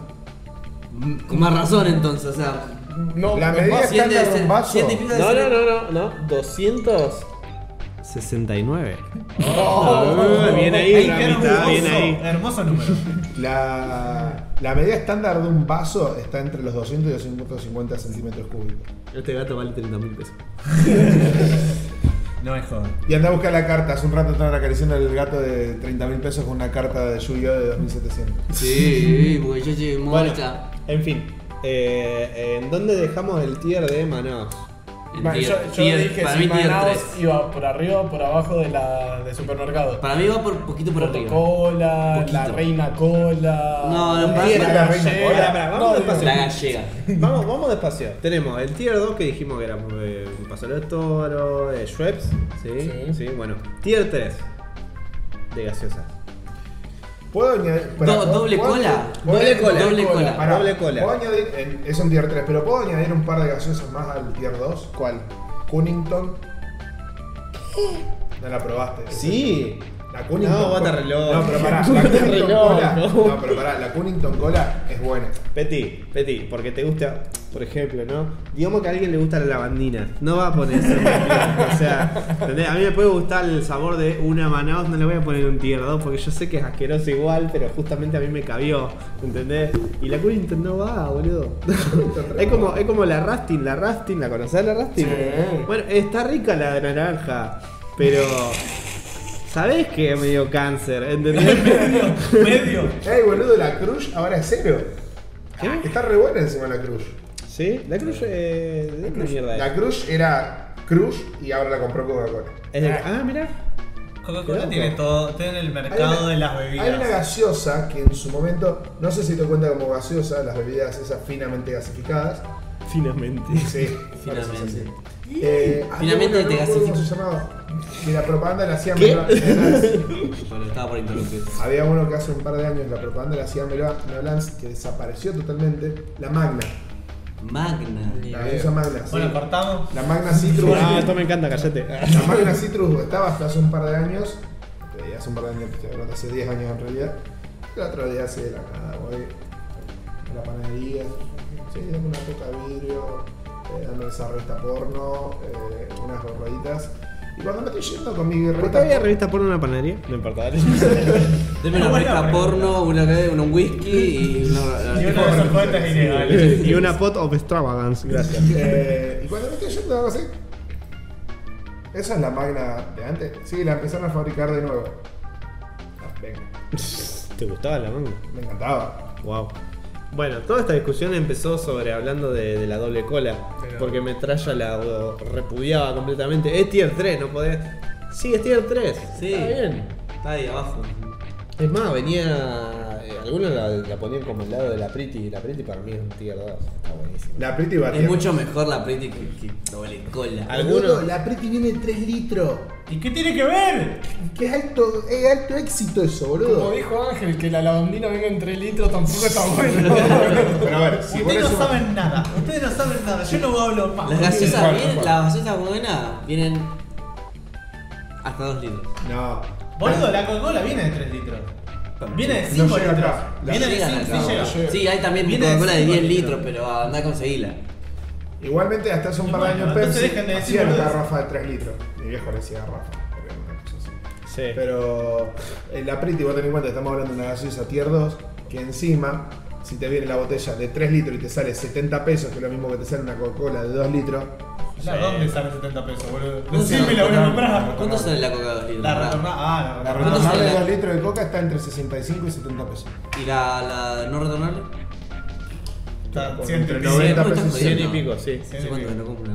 B: Mm, Con más razón entonces, o sea.
F: No,
C: La
F: en
C: medida
F: vaso.
C: estándar
B: debe
C: de
B: ser-
C: un vaso.
B: 100 empieza a
A: No, no,
B: ser-
A: no, no, no. 269.
F: Oh,
A: bien ahí,
D: Ey,
A: la
D: qué
A: mitad,
D: hermoso,
A: bien ahí.
D: Hermoso número.
C: La, la medida estándar de un vaso está entre los 200 y los 250 centímetros cúbicos.
A: Este gato vale 30 mil pesos.
D: No es joder.
C: Y anda a buscar la carta. Hace un rato estaban acariciando al gato de 30 mil pesos con una carta de Yu-Gi-Oh! de 2700.
B: Sí, porque yo llegué muerta.
A: *laughs* en fin. Eh, ¿En dónde dejamos el tier de Manaos?
B: En
F: Bueno,
B: tier-
F: yo yo
B: tier-
F: dije
B: para
F: si
B: mí tier
F: Manaos
B: 3.
F: iba por arriba o por abajo de la de supermercado.
B: Para mí va por poquito por arriba.
F: Cola, la
B: Poquito.
F: reina cola. Eh,
B: No, no,
F: la
B: para-
F: Reina
C: la Reina
F: Gallega.
A: Pará, pará, vamos
F: No,
A: despacio.
B: La gallega.
A: Vamos, vamos despacio. Tenemos el tier 2 que dijimos que era eh, un pasero de toro, eh, Schweppes, ¿sí?
F: Sí.
A: ¿sí? bueno. Tier 3 de gaseosa.
C: ¿Puedo añadir? pará,
B: Do-
C: ¿puedo-
B: doble
C: puedo-
B: cola.
C: puedo-
A: Doble cola.
B: Doble cola.
C: Pará,
A: Doble cola.
C: ¿puedo añadir? en- es un tier 3, pero ¿puedo añadir un par de gaseosas más al tier 2? ¿Cuál? Cunnington. No la probaste.
A: Sí.
C: La Cunnington.
A: No, vos te reloj.
C: No, pero
A: *laughs*
C: pará. La
A: Vos te
C: Cunnington
A: reloj,
C: cola.
A: no.
C: No, pero pará. La Cunnington cola es buena.
A: Peti, Peti, porque te gusta, por ejemplo, ¿no? Digamos que a alguien le gusta la lavandina. No va a poner eso. en un tier, o sea, ¿entendés? a mí me puede gustar el sabor de una Manaus, no le voy a poner un tier 2 porque yo sé que es asqueroso igual, pero justamente a mí me cabió. ¿Entendés? Y la Cunnington no va, boludo. *laughs* es, como, es como la Rastin, la Rastin, ¿la conocés la Rastin?
F: Sí.
A: Bueno, está rica la de naranja, pero. ¿Sabés que me dio cáncer? ¿Entendés?
C: *laughs*
D: Medio.
C: Ey, boludo, la Crush ahora es cero.
A: ¿Qué?
C: Está re buena encima la Crush.
A: ¿Sí? La Cruz. Eh, ¿De dónde mierda es?
C: La Crush era Crush y ahora la compró Coca-Cola.
A: Es de- ah, mira.
D: Coca-Cola tiene todo, tiene el mercado de las bebidas.
C: hay una gaseosa que en su momento, no sé si te cuenta como gaseosa, las bebidas esas finamente gasificadas.
A: Finalmente.
C: Sí,
B: Finalmente.
C: parece así. Eh,
B: Finalmente
C: había una,
B: te
C: no me acuerdo
B: gasifica.
C: ¿Cómo se llamaba? Que la propaganda la hacía
A: ¿Qué?
C: Meloa.
B: Bueno, estaba por interrumpir.
C: Había uno que hace un par de años la propaganda la hacía Meloa Nolans que desapareció totalmente. La Magna, la
B: Magna.
C: gaseosa Magna. sí.
D: Bueno, cortamos.
C: La Magna Citrus.
A: *laughs* Ah, esto me encanta, callate.
C: La Magna Citrus estaba hasta hace un par de años, eh, hace un par de años, estoy hablando, hace 10 años en realidad. La otra día hace de la nada, voy a la panadería, sí, dame una coca de vidrio, eh, dame esa revista porno, eh, unas gorraditas. Y cuando me estoy yendo con mi
A: ¿Por qué había
C: guerrita,
A: revista por una panadería? No importa, dale.
B: Deme una
D: Buena
B: revista
D: pregunta.
B: porno, una vez, un whisky y una.
D: Y una de esas cuentas ilegales.
A: *laughs* y una pot of extravagance, gracias.
C: eh, y cuando me estoy yendo hago así. Esa es la magna de antes. Sí, la empezaron a fabricar de nuevo. Ah, Venga,
A: ¿Te gustaba la manga?
C: me encantaba.
A: Wow. Bueno, toda esta discusión empezó sobre hablando de, de la doble cola.
F: Pero-
A: Porque Metralla la lo repudiaba completamente. Es tier 3, no podés. Sí, es tier 3.
B: Sí.
A: Está bien.
B: Está ahí abajo.
A: Es más, venía. eh, algunos la, la ponían como al lado de la Pretty. La Pretty para mí es un tier 2. Está buenísimo.
C: La Pretty Batía.
B: Es mucho mejor la Pretty que, que doble cola.
A: Algunos.
C: La Pretty viene 3 litros.
D: ¿Y qué tiene que ver?
C: Que es alto, es alto éxito eso,
F: Como
C: boludo.
F: dijo Ángel, que la lavandina venga en 3 litros tampoco está
C: *laughs*
F: bueno.
C: Pero a ver, si vos
D: Ustedes no
C: le sumas-
D: saben nada. Ustedes no saben nada. Yo no hablo más.
B: Las gaseosas
C: Bueno,
B: bien,
C: bueno.
B: las gaseosas buenas vienen hasta 2 litros.
C: No.
D: Boludo, la Coca-Cola viene de 3 litros. Viene de
C: No
D: 5
C: llega
D: litros.
C: acá. La
D: Viene de
B: Llegan
D: 5,
B: acá,
D: sí llega.
B: boludo. Sí, hay también
D: Viene de
B: Coca-Cola de
D: cinco
B: 10
D: litros.
B: litros, pero anda a conseguirla.
C: Igualmente hasta hace un par de
D: Bueno,
C: años
D: entonces
C: Pepsi
D: dejen de decir
C: hacía una
D: boludeces.
C: garrafa de 3 litros. Mi viejo le decía garrafa. pero era una cosa así.
A: Sí.
C: Pero el Apriti, vos tenés en cuenta, estamos hablando de una gaseosa tier 2, que encima, si te viene la botella de 3 litros y te sale 70 pesos, que es lo mismo que te sale una Coca-Cola de 2 litros,
D: Ya, ¿Dónde sale 70 pesos, boludo?
B: ¿Cuánto
D: Decime,
B: sale
D: la voy a
B: Coca-
D: comprar.
B: ¿Cuánto sale la coca 2 litros?
D: La retornada. Ah,
C: la
D: la
B: retornada.
D: retornada.
C: retornable de
B: sale?
C: 2 litros de Coca está entre 65 y 70 pesos.
B: ¿Y la, la no retornable?
D: Está
C: Por
D: 100
C: entre
D: pesos.
C: 90
B: Sí,
C: pesos.
B: pues,
A: Cien y
B: no.
A: pico, sí.
D: Sí.
B: ¿Hace cuánto que no compro una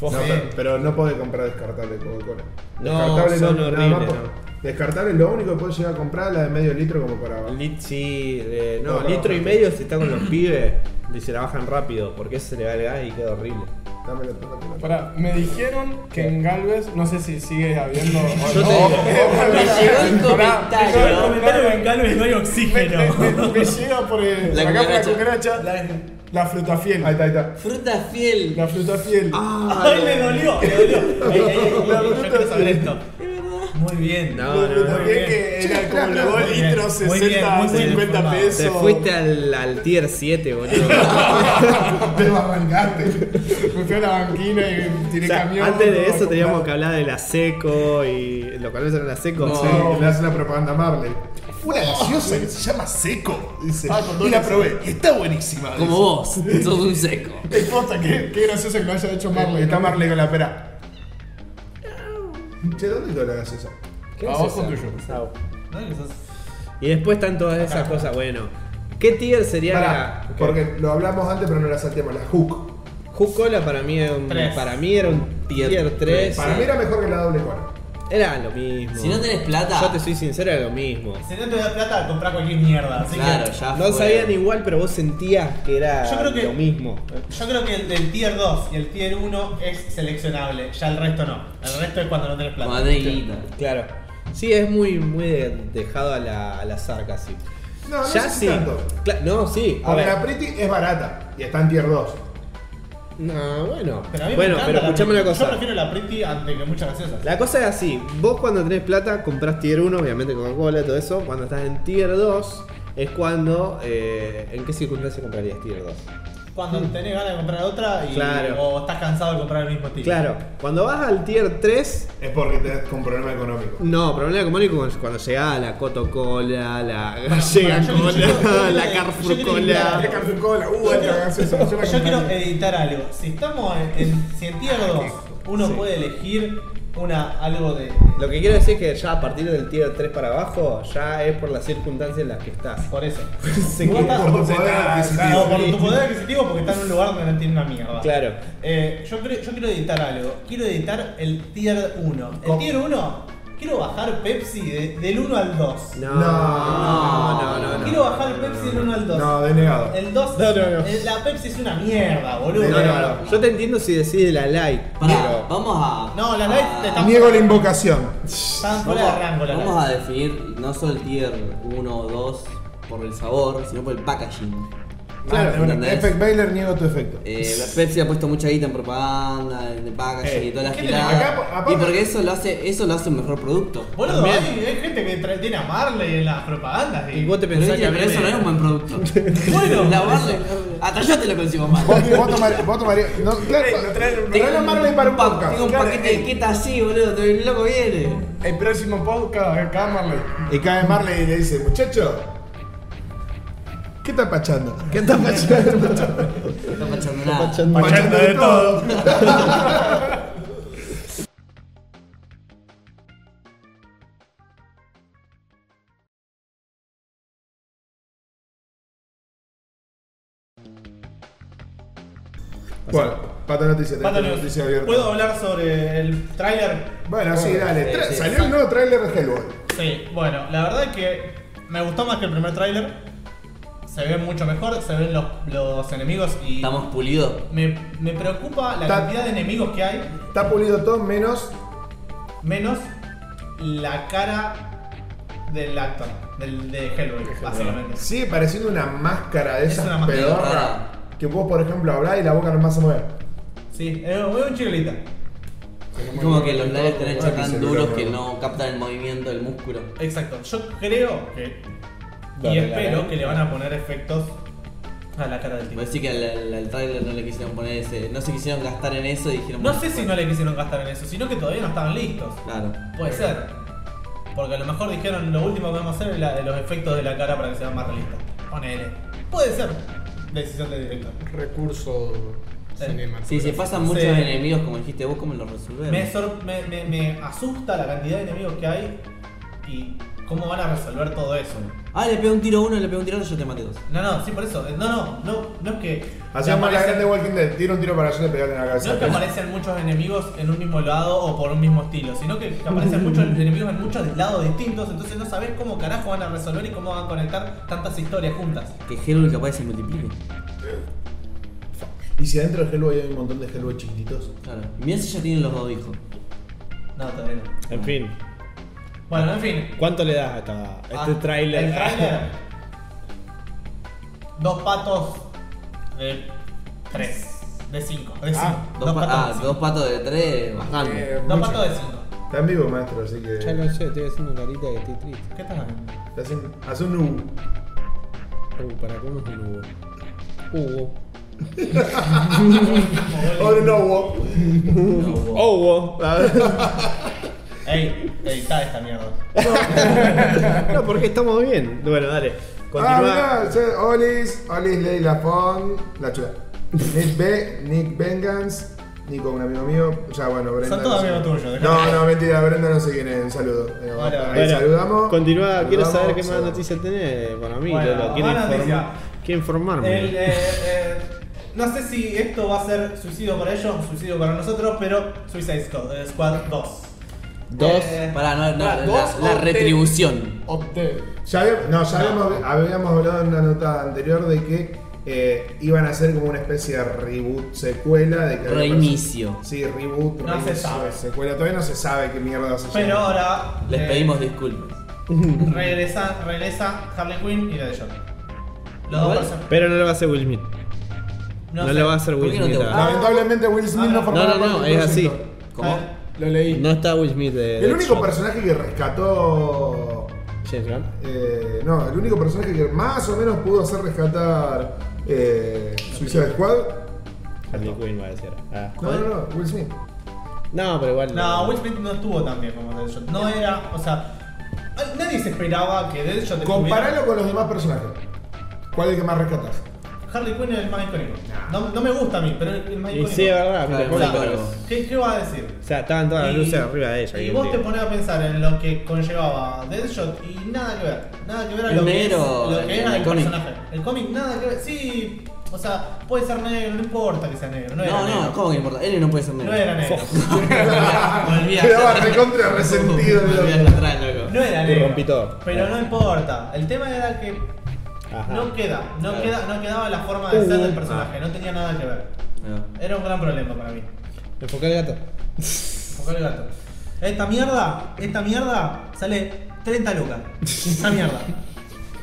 B: coca?
C: No,
D: Sí.
C: pero, pero no podés comprar descartable de Coca-Cola.
A: No,
C: Descartable
A: son
C: nada
A: horribles,
C: más por-
A: no.
C: Descartable lo único que podés llegar a comprar es la de medio litro como para...
A: Lit- sí, eh,
C: No,
A: no,
C: perdón,
A: litro y
C: perdón.
A: medio si está con los pibes y se la bajan rápido, porque eso se le va el gas y queda horrible.
C: Dame la puta pelota.
F: Pará, me dijeron que en Galvez, no sé si sigue habiendo. o
A: Yo
F: no.
A: te digo.
B: Me llegó el
F: *laughs* Pará, me llegó el
D: El
B: comentario.
D: comentario en Galo no hay
F: Me,
D: oxígeno.
F: me- me- me llega por el.
B: La
F: acá por la
B: cucaracha.
F: cucaracha. La, fruta fiel.
C: Ahí está, ahí está.
B: Fruta fiel.
F: La fruta fiel.
A: Ah,
D: Ay, le dolió, le dolió. Ey, ey, ey, Yo quiero saber esto. Muy bien.
A: No,
F: la fruta
D: muy
F: fiel
D: bien.
F: que
C: Sí,
F: era como
C: claro,
F: los 2
D: muy bien,
F: litros,
D: muy bien,
F: 60,
D: muy bien
F: 50
D: informado.
A: Te
F: pesos.
A: fuiste al, al tier 7, boludo.
C: Te arrancaste.
F: Me fui a la banquina y tiré
A: O sea,
F: camión.
A: antes de
F: todo
A: eso
F: a
A: teníamos que
F: comprar.
A: hablar de la seco y. ¿Lo conocen a la seco?
B: No.
A: Sí.
C: Le hace una propaganda a Marley. Una gaseosa que se llama Seco. Dice.
F: Ah, con
C: y la
F: dulce.
C: probé. Y está buenísima.
B: Como
C: dice.
B: vos, *laughs* sos un seco.
F: Es posta, qué, qué gracioso que lo haya hecho Marley.
C: Está
F: ¿no?
C: Marley con la pera. Che, ¿dónde está la gaseosa?
A: ¿Qué es
F: Abajo
A: esa?
F: tuyo.
A: Chao.
D: No, que sos-
A: Y después están todas esas cosas, bueno. ¿Qué tier sería
C: Pará,
A: la.?
C: porque lo hablamos antes, pero no la salteamos. La Hook.
A: Q-Cola para mí era un,
D: Tres.
A: para mí era un tier,
B: Tier
A: 3.
C: Para mí era mejor que la doble cuerda.
A: Era lo mismo.
B: Si no tenés plata.
A: Yo te soy sincero, era lo mismo.
D: Si no te da plata, comprar cualquier mierda. Así
B: Claro,
D: que
B: ya
A: No
B: fue.
A: sabían igual, pero vos sentías que era
D: Yo creo que-
A: lo mismo.
D: Yo creo que el del tier 2 y el tier 1 es seleccionable, ya el resto no. El resto es cuando no tenés plata.
B: Cuando tenés guita.
A: Claro. Sí, es muy, muy dejado a la, al azar casi.
C: No, no
A: ya
C: sé si
A: sí.
C: tanto.
A: Cla- no, sí. A
C: Porque
A: ver.
C: la Pretty es barata y está en tier 2.
A: No, bueno.
D: Pero a mí
A: bueno,
D: me encanta
A: pero
D: la
A: escuchame
D: Pretty.
A: una cosa.
D: Yo prefiero la Pretty ante que muchas gaseosas.
A: La cosa es así, vos cuando tenés plata comprás tier 1, obviamente Coca-Cola, todo eso, cuando estás en tier 2 es cuando... eh, ¿En qué circunstancia comprarías tier 2?
D: Cuando tenés ganas de comprar otra y,
A: Claro.
D: o estás cansado de comprar el mismo tier.
A: Claro, cuando vas al tier 3,
C: Es porque tenés con problema económico.
A: no, problema económico es cuando llegás a la Coto-Cola, la
D: para, yo- yo-
A: Gallega-Cola, *laughs*
D: yo-
A: la
D: yo- yo quería
A: Carrefour-Cola...
D: invitar-
C: Tiene Cartoon Cola, uh,
D: Yo
C: esta
D: quiero-
C: gaseosa, yo la
D: Yo
C: compré.
D: quiero editar algo. Si estamos en, en- si en
A: Ah,
D: tier 2 uno puede elegir una algo de.
A: Lo que quiero decir es que ya a partir del tier 3 para abajo, ya es por las circunstancias en las que estás.
D: Por eso.
A: Se quedó-
D: Vos estás-
C: Por tu
D: vos
C: poder
D: estás-
C: adquisitivo.
D: no, por tu poder adquisitivo porque está en un lugar donde no tiene una mierda.
A: Claro.
D: Eh, yo, creo- yo quiero editar algo. Quiero editar el tier 1. El
C: ¿Cómo?
D: tier 1, quiero bajar Pepsi de- del 1 al 2.
A: No,
C: No.
A: no, no, no.
D: Quiero bajar Pepsi del 1 al 2.
C: No, denegado.
D: El
A: No,
D: 2
A: no, no.
D: el- La Pepsi es una mierda, boludo.
A: No, no, no. Yo te entiendo si decide la light,
B: Pará,
A: pero...
B: vamos a.
D: No, la live
B: a-
D: te está-
C: Niego la invocación.
D: Están
B: Vamos,
D: fuera de rango la
B: vamos
D: live.
B: a definir no solo el tier 1 o 2 por el sabor, sino por el packaging.
C: Claro,
B: Ah, ¿entendés?
C: Effect Baylor niego tu efecto.
B: Eh, Pepsi ha puesto mucha guita en propaganda, en el packaging
C: Eh,
B: y todas las
D: ¿qué tenés?
C: Acá,
B: giladas.
C: aparte-
B: Y porque eso lo hace, eso lo hace un mejor producto.
D: Boludo, hay,
A: También.
D: hay gente que tra- tiene a Marley en las propagandas.
A: Y vos te
B: Pero,
A: pensás que
B: viste,
A: a mí
B: pero eso
A: me-
B: no es un buen producto. *laughs* bueno, la Barley- Hasta yo te lo consigo mal. *laughs*
C: Vos, vos tomar- vos tomarías. No, claro,
F: Eh, lo traen-
C: traen a Marley para un
B: pa-
C: podcast.
B: Tengo un
F: claro,
B: paquete de
F: eh.
B: queta así, boludo. te- El loco viene.
F: El próximo podcast acá, Marley.
C: Y cae Marley y le dice, muchacho, ¿qué está pachando? ¿Qué está
D: *laughs*
C: pachando?
B: No está pachando nada.
C: pachando de todo. Bueno, pata noticia, tenés
D: Pato
C: tu
D: News,
C: noticia abierta.
D: ¿Puedo hablar sobre el tráiler?
C: Bueno, sí, dale.
B: Sí,
C: Tra-
B: sí,
C: Salió un nuevo tráiler de Hellboy.
D: Sí, bueno, la verdad es que me gustó más que el primer tráiler. Se ve mucho mejor, se ven los, los enemigos y
B: Estamos pulidos.
D: me, me preocupa la
C: Ta-
D: cantidad de enemigos que hay,
C: Está pulido todo menos
D: menos la cara del actor, del, de Hellboy, básicamente.
C: Sigue pareciendo una máscara de
D: Es
C: esas
D: una máscara
C: pedorras
B: rara.
C: que vos, por ejemplo, hablás y la boca nomás se mueve.
D: Sí, es un es un chirolita.
B: Es como que los labios están
C: Ah,
B: hechos
C: que se
B: tan duros
C: nota,
B: que
C: ¿no?
B: no captan el movimiento del músculo.
D: Exacto, yo creo que... Y
A: Dale,
D: espero
A: dale.
D: que le van a poner efectos a la cara del tipo.
B: Voy a decir que al, al- al trailer no le quisieron poner ese. No se quisieron gastar en eso y dijeron.
D: No
B: bueno,
D: sé si no le quisieron gastar en eso, sino que todavía no estaban listos.
B: Claro.
D: Puede ser. Porque a lo mejor dijeron lo último que vamos a hacer es la- los efectos de la cara para que sea más realista. Ponele. Puede ser. Decisión del director.
F: Recurso
D: Sí.
F: cinematográfico.
B: Si se pasan muchos
D: Sí.
B: enemigos, como dijiste vos, ¿cómo los resolvemos?
D: Me, sor- me- me- me asusta la cantidad de enemigos que hay y cómo van a resolver todo eso.
B: Ah, le pego un tiro a uno, le pego un tiro a otro, yo te maté dos.
D: No, no, sí, por eso. Eh, No, no, no, no es que.
C: Hacíamos la
D: aparecen-
C: grande Walking Dead, tira un tiro para allá y le pegale en la
D: No es que
C: cabeza.
D: aparecen muchos enemigos en un mismo lado o por un mismo estilo, sino que aparecen muchos enemigos en muchos lados distintos, entonces no sabes cómo carajo van a resolver y cómo van a conectar tantas historias juntas.
B: Que Hellboy capaz se multiplique.
C: Y si adentro de Hellboy hay un montón de Hellboy chiquititos.
B: Claro. Mirá si ya tienen los dos hijos.
D: No, todavía no.
A: En fin,
D: Bueno, en fin.
A: ¿cuánto le das a, esta- a este
D: Ah,
A: tráiler?
D: el tráiler. Dos patos de tres. De cinco. De cinco.
C: Ah,
B: Dos, pa- ah,
D: de cinco.
B: dos patos de tres bajando.
C: Eh,
D: Dos
C: mucho.
D: patos de cinco.
C: Está en vivo, maestro, así que.
A: *laughs* Ya no sé, estoy haciendo carita que estoy triste.
D: ¿Qué estás haciendo?
C: Te hacen- Hace un U.
A: Uh, para cómo es el Hugo. Hugo.
C: Oh, no, no,
B: No, vos.
A: Hugo.
D: Ey, editá esta mierda.
C: *laughs*
A: no, porque estamos bien. Bueno, dale.
C: Ah,
A: Continúa.
C: mirá, ya- Olis, Olis Leila Fon, la chula. Nick B, Nick Vengance, Nico, un amigo mío. Ya, bueno, Brenda.
D: Son
C: no
D: todos
C: sé.
D: amigos tuyos, dejá.
C: No, no, mentira, Brenda no sé quién es. Un saludo. Eh,
D: Hola.
C: ahí saludamos.
A: Continúa, quiero
C: Saludamos,
A: saber qué más
C: saludamos.
A: noticias tenés. Bueno, a mí,
D: Bueno,
A: Lolo, quiero,
D: más
A: inform-
D: noticias.
A: quiero informarme.
D: El, eh, eh, No sé si esto va a ser suicidio para ellos o suicidio para nosotros, pero Suicide Squad, eh, Squad 2.
E: Dos.
D: Eh,
B: Pará, no, no,
E: Pará,
B: la,
E: dos
B: la
E: o
B: retribución.
F: Obtel.
C: Ya, había- no, ya habíamos, habíamos hablado en una nota anterior de que eh, iban a hacer como una especie de reboot, secuela. De que
B: Reinicio.
C: Sí, reboot,
D: No
C: reinicio,
D: se sabe.
C: secuela. Todavía no se sabe qué mierda se
D: Pero
C: llama.
D: ahora.
B: Les
D: eh,
B: pedimos disculpas.
D: Regresa, regresa Harley Quinn y la de Joker. Los dos
B: Igual,
D: personajes.
A: Pero no lo va a hacer Will Smith. No, le va a hacer
B: ¿Por
A: Will
B: qué no te
A: Smith.
B: gusta?
A: a-
F: Lamentablemente Will Smith no
D: Ah,
F: formó
A: No, no,
F: parte
A: no,
F: del
A: es así.
F: proyecto.
B: ¿Cómo?
F: Lo leí.
A: No está Will Smith de.
C: El único
A: Deadshot.
C: personaje que rescató.
A: James Gunn.
C: eh, no, el único personaje que más o menos pudo hacer rescatar eh, Suicide Squad.
A: Harley Quinn va a decir. Ah.
C: No, no, no, Will Smith.
A: No, pero igual.
D: No, Will Smith no estuvo tan bien como Deadshot. No era. O sea. Nadie se esperaba que Deadshot
C: Comparalo con los demás personajes. ¿Cuál es el que más rescatas?
D: Harley Quinn es el más icónico. No, no me gusta a mí, pero es el más
A: Y
D: icónico.
A: sí, es verdad.
B: Claro,
A: pero
B: es
A: bueno,
B: icónico.
A: pero-
D: ¿Qué, ¿Qué va a decir?
A: O sea, estaban todas las
D: Y-
A: luces arriba de ella.
D: Y
A: que
D: vos te
A: mentira.
D: pones a pensar en lo que conllevaba Deadshot y nada que ver. Nada que ver a lo
B: El
D: que, es-
B: negro,
D: lo que
B: el
D: era el
B: cómic.
D: personaje. El cómic, nada que ver. Sí, o sea, puede ser negro, no importa que sea negro. No, era
B: No, no,
D: negro.
B: ¿cómo que importa? Él no puede ser negro. *laughs*
D: No era negro.
B: Volví a
C: Quedaba
B: hacer-
C: recontra resentido,
B: Volví a
C: loco.
B: atrás, loco.
D: No era
A: Te
D: negro.
A: rompí todo. Ah.
D: Pero no importa. El tema era que
A: Ajá. Uh.
D: no queda, no
B: Claro. Ah.
D: queda, no quedaba la forma de ser del personaje, no tenía nada que ver.
B: No.
D: Era un gran problema para mí.
A: Enfocá el gato.
D: Enfocar el gato. Esta mierda, esta mierda sale 30 lucas.
B: *laughs*
D: Esta mierda.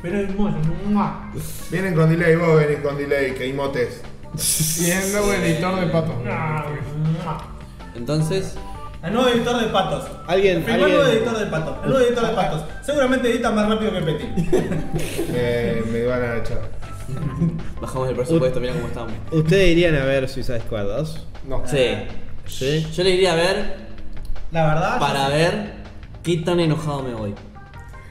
D: Pero es hermoso. ¡mua!
C: Vienen con delay, vos venís con delay, que imotes.
F: Siendo el editor de patos.
D: ¡mua!
B: Entonces,
D: El nuevo editor de patos.
A: Alguien,
D: El nuevo
A: alguien-
D: editor de patos. El nuevo editor de patos. Seguramente edita más rápido que Petit.
C: Eh, me van a echar.
B: bajamos el presupuesto, mirá cómo estamos.
A: ¿Ustedes irían a ver Suicide Squad 2?
C: No.
B: Sí.
A: Sí.
B: Yo le iría a ver
D: La verdad.
B: para ver qué tan enojado me voy.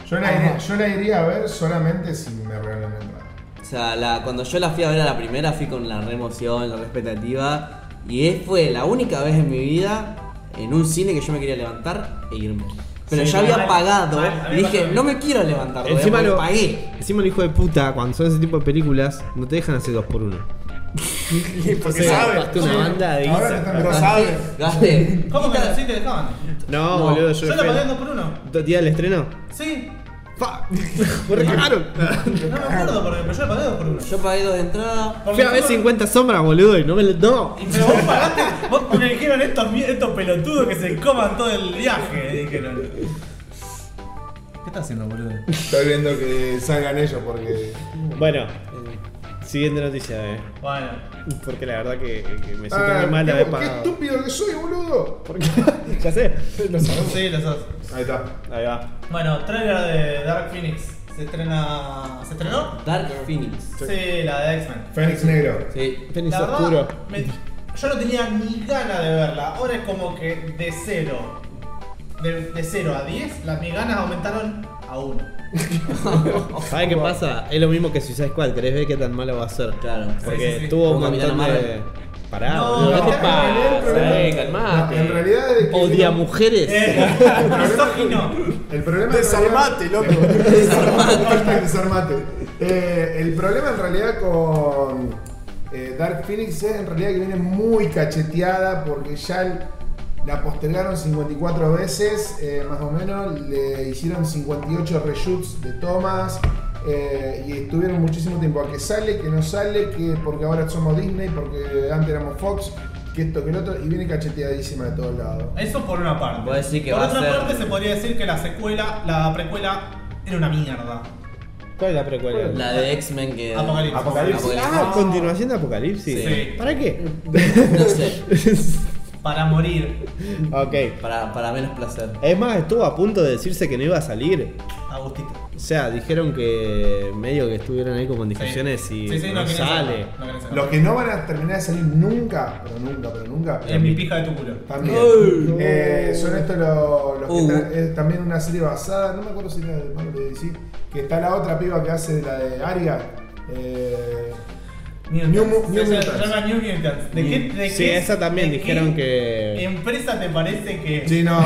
C: Yo la, iría, yo la iría a ver solamente si me regalan la entrada.
B: O sea, la- cuando yo la fui a ver a la primera, fui con la re emoción, la re expectativa. Y es- fue la única vez en mi vida en un cine que yo me quería levantar e irme. Pero
D: Sí,
B: ya
D: mal,
B: había pagado
D: mal, a mí
B: y
D: me pasó
B: dije,
D: lo
B: no
D: mismo.
B: me quiero levantar, todavía,
A: Encima
B: porque
A: lo-
B: pagué.
A: Encima el hijo de puta, cuando son ese tipo de películas, no te dejan hacer dos por uno.
F: Porque
A: Sí,
F: sabe.
A: gastaste una banda de
C: Ahora
A: guita.
C: te están
F: Lo
C: regalando.
F: sabe.
B: Gasté.
D: ¿Cómo que así te dejaban?
A: No,
B: No,
A: boludo, yo.
D: Yo la
A: fui-
D: pagué en dos por uno.
A: ¿Dos días del estreno?
D: Sí.
A: ¡Fa! ¡Me recagaron!
D: No me acuerdo por qué, pero yo la pagué dos por uno.
B: Yo pagué dos de entrada.
D: Por
A: Fui a
D: lo
A: ver
D: menos-
A: 50 sombras, boludo, y no me lo. ¡No!
D: Pero vos pagaste, vos porque dijeron estos, mie- estos pelotudos que se coman todo el viaje, dijeron. ¿Qué estás haciendo, boludo?
C: Estoy viendo que salgan ellos porque.
A: Bueno, siguiente noticia, eh.
D: Bueno,
A: Porque la verdad que, que me siento
C: Ah,
A: muy mal de haber
C: qué, qué
A: pagado.
C: estúpido que soy, boludo.
A: ¿Por qué? *laughs* ya sé.
D: sí, lo sos.
C: Ahí está.
A: Ahí va.
D: Bueno, trailer de Dark Phoenix. Se estrena. ¿Se estrenó?
B: Dark Phoenix.
D: Sí, la de X-Men.
C: Fénix Negro.
B: Sí.
A: Fénix
D: La verdad,
A: oscuro.
D: me- yo no tenía ni gana de verla. Ahora es como que de cero. De, de cero a 10, las mis ganas aumentaron a 1.
A: ¿Sabes qué pasa? Es lo mismo que Suicide Squad, querés ver qué tan malo va a ser.
B: Claro.
A: Porque
D: sí, sí.
A: tuvo un
B: Como
A: montón
B: Capitana
A: de. Pará,
D: No,
A: boludo,
D: no,
A: ¿qué te
D: no,
A: pasa?
C: el problema-
A: eh? calmate.
C: No, en realidad es que-
A: Odia mujeres.
D: Eh, *laughs* misógino.
C: El problema
F: Desarmate,
C: en
F: loco.
C: realidad- *laughs* Desarmate. Hashtag desarmate. Eh, el problema en realidad con eh, Dark Phoenix es en realidad que viene muy cacheteada porque ya el- la postergaron 54 veces, eh, más o menos, le hicieron 58 reshoots de tomas. eh, y estuvieron muchísimo tiempo a que sale, que no sale, que porque ahora somos Disney, porque antes éramos Fox, que esto, que el otro, y viene cacheteadísima de todos lados.
D: Eso por una parte.
B: Vos decís que
D: por
B: va a
D: otra
B: ser-
D: parte se podría decir que la secuela, la precuela era una mierda.
A: ¿Cuál es la precuela?
B: La de X-Men que.
D: Apocalipsis.
C: Apocalipsis.
A: Ah, continuación de Apocalipsis.
D: Sí.
A: ¿Para qué?
B: No sé.
D: Para morir.
A: ok.
B: Para, para menos placer.
A: Es más, estuvo a punto de decirse que no iba a salir.
D: Agustito.
A: O sea, dijeron que medio que estuvieron ahí como en discusiones y
D: Sí, sí,
A: no, sale.
D: quería sacarlo, no quería sacarlo.
C: Los que no van a terminar de salir nunca, pero nunca, pero nunca.
D: En mi pija de tu culo.
C: También.
A: Uy.
C: Eh, son estos los, los que
B: Uh.
C: están- es también una serie basada, no me acuerdo si era de Marvel o de DC, que está la otra piba que hace la de Aria. Eh,
D: Mutants.
C: New Mu- New
D: Se- se
C: Mutants.
D: llama New Mutants. ¿De qué, de
A: Sí,
D: qué-
A: esa también
D: de
A: dijeron
D: qué
A: que-
D: ¿Empresa te parece que.?
C: Sí, no,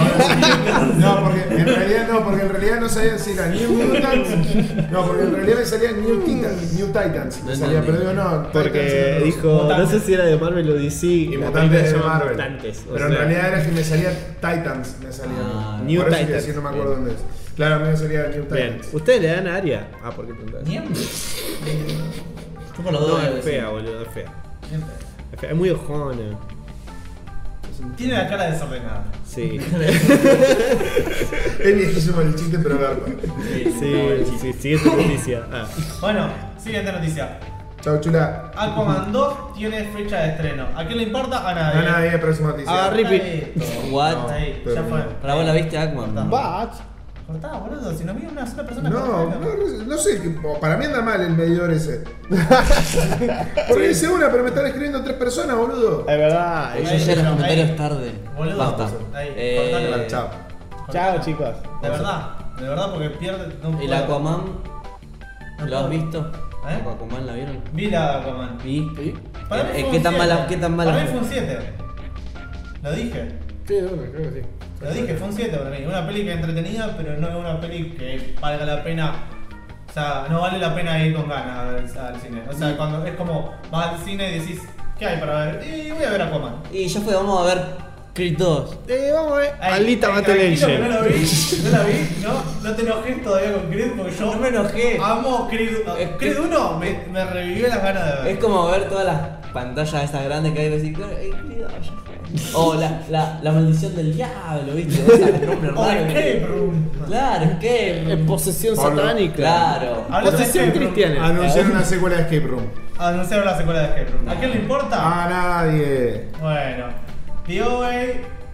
C: no, porque en realidad no, porque en realidad no sabían si era New Mutants, no, porque en realidad me salía New Titans, New Titans, me salía, pero digo no,
A: Porque
C: Titans,
A: dijo, no
D: Mutantes.
A: sé si era de Marvel o DC.
C: y
A: la película
C: mutantes
A: se
C: de
A: llama
C: Marvel,
A: Mutantes, o
C: pero en
A: sea,
C: realidad era que me salía Titans, me salía,
B: Ah,
A: New
C: Por eso que
A: Titans.
C: sí, no me acuerdo dónde es, claro, a mí me salía New
A: Bien,
C: Titans,
A: ustedes le dan a Aria. Ah, ¿por qué preguntas?
D: Miembro.
B: Yo por los
A: No,
B: dos.
A: es fea, boludo, es fea.
D: Miembro.
A: Es, fea, es muy ojona.
D: Tiene la cara desordenada.
A: Sí.
C: es viejísimo el chiste, pero claro,
A: sí, sí, sí, es noticia. Ah.
D: Bueno, siguiente noticia.
C: chau chula,
D: Aquaman 2 tiene fecha de estreno. ¿A quién le importa? A nadie.
C: no, nada, ahí la próxima
A: Ah,
C: noticia,
A: re- Rippy.
D: Esto.
B: What?
D: No, Ahí,
C: pero
D: ya fue.
C: no.
B: Para vos la viste, Aquaman.
F: Ah,
D: Cortá, boludo. Si no vi una sola persona.
C: No,
D: cortá,
C: no, no sé, tipo, para mí anda mal el medidor ese. Porque dice una, pero me están escribiendo tres personas, boludo.
A: Es verdad.
B: Yo ya
D: Ahí,
B: los
D: ahí.
B: comentarios tarde.
D: Boludo,
B: Basta.
D: ahí,
B: Eh,
D: cortale.
C: Chao.
A: Chao, chicos.
D: De verdad, de verdad, porque pierde. No
B: El
D: puedo.
B: Aquaman. ¿Lo has visto?
D: ¿Eh?
B: ¿Aquaman la vieron?
D: Vi la Aquaman.
B: ¿Y?
D: Para mí
B: Eh,
D: fue
B: ¿Qué
D: un
B: tan
D: siete.
B: mala? ¿Qué tan mala?
D: Para mí
B: fue?
D: fue un 7. Lo dije.
F: Sí, de una, creo que sí.
D: Lo dije, fue un 7 para mí. Una peli que es entretenida, pero no es una peli que valga la pena. O sea, no vale la pena ir con ganas al, al cine. O sea, cuando es como vas al cine y decís, ¿qué hay para ver? Y voy a ver a Coman.
B: Y ya fue, vamos a ver Creed 2.
A: Eh, vamos a ver. Alita Battle Angel.
D: No la vi, no la vi, no, no te enojes todavía con Creed porque yo
B: No me enojé.
D: amo Creed.
B: Es que-
D: Creed 1 me, me revivió las ganas de ver.
B: Es como ver todas las pantallas esas grandes que hay y decir, "Ay, Creed 2, ya fue". O la, la, la maldición del diablo, ¿viste? O sea, el
D: *laughs*
B: nombre
D: O
B: raro.
D: Escape Room.
B: Claro, es que. mm,
A: En posesión
C: Pablo.
A: satánica.
B: Claro.
D: Hablando de
A: Posesión
D: Escape Room,
A: cristiana.
C: Anunciaron una secuela de Escape Room.
D: Anunciaron la secuela de Escape Room. ¿A quién le importa?
C: A nadie.
D: Bueno, The OA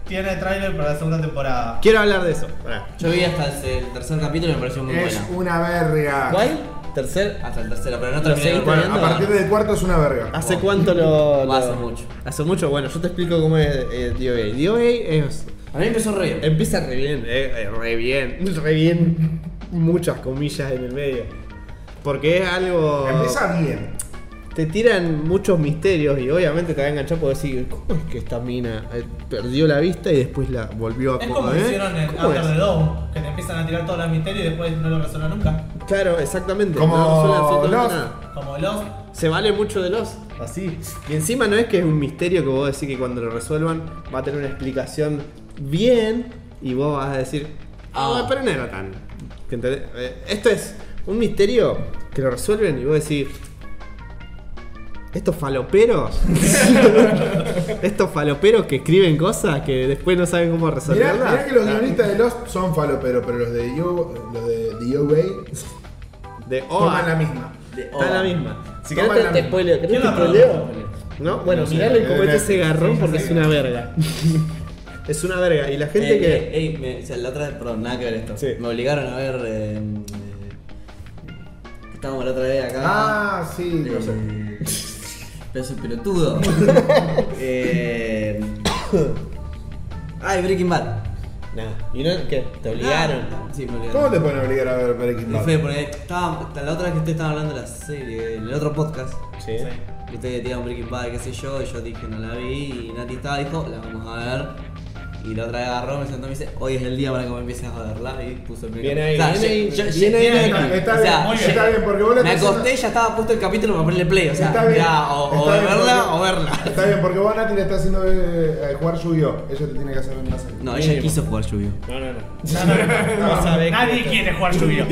D: tiene tráiler para la segunda temporada.
A: Quiero hablar de eso. Pará.
B: Yo vi hasta el, el tercer capítulo y me pareció muy
C: Es
B: buena.
C: una verga.
A: ¿Cuál? Tercer.
B: Hasta el tercero, pero no
A: Lo
B: terminé. de
A: seguí
B: ver.
C: Bueno, a partir del cuarto es una verga.
A: ¿Hace
B: Wow.
A: cuánto lo, lo-
B: Hace mucho.
A: Hace mucho, bueno, yo te explico cómo es eh, DOA. DOA es.
B: A mí me empezó re bien.
A: Empieza re bien, eh, eh, re bien, re bien. Muchas comillas en el medio. Porque es algo.
C: Empieza bien.
A: Te tiran muchos misterios y obviamente te va a enganchar por decir, ¿cómo es que esta mina eh, perdió la vista y después la volvió a
D: Es como
A: poner?
D: hicieron en
A: ¿eh? ¿Cómo
D: After
A: es?
D: the Dome, que te empiezan a tirar todos los misterios y después no lo resuelven nunca.
A: Claro, exactamente.
C: Como
A: no resuelve absolutamente
C: Lost.
A: nada.
D: Como Lost.
A: Se vale mucho de los. Así. Y encima no es que es un misterio que vos decís que cuando lo resuelvan va a tener una explicación bien y vos vas a decir, ah,
B: Ah.
A: pero no era tan. ¿Que entendés? Eh, Esto es un misterio que lo resuelven y vos decís, estos faloperos, *laughs* estos faloperos que escriben cosas que después no saben cómo
C: Mirá,
A: resolverlas.
C: mirá que los
A: Ah,
C: guionistas de Lost son faloperos, pero los de Yo, los de DOA
A: de
B: Oh,
A: OA.
B: ah.
C: toman la misma.
A: Está la misma. Si
C: Toman
A: querés
C: la
A: te, te
C: misma.
A: spoileo. ¿Querés
D: ¿Quién
A: que
D: la
A: te
D: produjo?
A: spoileo? No, bueno,
C: No sé,
A: mirale cómo
C: eh,
A: *laughs* este se agarró
C: sí,
A: porque
C: sí,
A: es
C: sí.
A: una verga. *laughs* es una verga. Y la gente
B: Eh,
A: que.
B: eh, ey, me- o sea, la otra vez, perdón, nada que ver esto.
A: Sí.
B: Me obligaron a ver. Eh, eh, estábamos la otra vez acá.
C: Ah, sí,
B: Eh,
C: lo sé.
B: *laughs* Pero soy
C: *laughs*
B: pelotudo. eh, ay, Breaking Bad.
A: Nah. ¿Y no? ¿Qué? ¿Te
B: Ah, sí, me
C: ¿Cómo
B: obligaron.
C: te pueden obligar a ver Breaking
B: No
C: Bad?
B: fue porque estaba, la otra vez que ustedes estaban hablando de la serie, en el otro podcast,
A: Sí.
D: Sí.
A: *laughs*
B: que ustedes tiraron Breaking Bad, qué sé yo, y yo dije no la vi, y Nati estaba, dijo, la vamos a ver. Y la otra vez agarró, me sentó y me dice, hoy es el día para que me empieces a verla, y puso el primer
A: Bien ahí,
B: capítulo.
A: bien
B: yo-
A: ahí,
B: yo-
A: bien ahí,
B: yo-
A: Nati.
C: Está
B: o sea,
C: bien,
D: muy
B: yo-
C: está bien, porque vos la
B: Me
C: persona-
B: acosté y ya estaba puesto el capítulo para ponerle play, o sea,
C: Está bien.
B: ya, o, o
C: Está bien,
B: verla
C: porque-
B: o verla.
C: Está bien, porque vos a Nati le está haciendo eh, eh, jugar Yu-Gi-Oh! Ella te tiene que hacer una serie.
B: No, ella quiso jugar lluvia.
A: No, no, no.
D: No, no, no,
A: No sabe
D: Nadie
A: que-
D: quiere jugar
A: *laughs*
D: lluvia.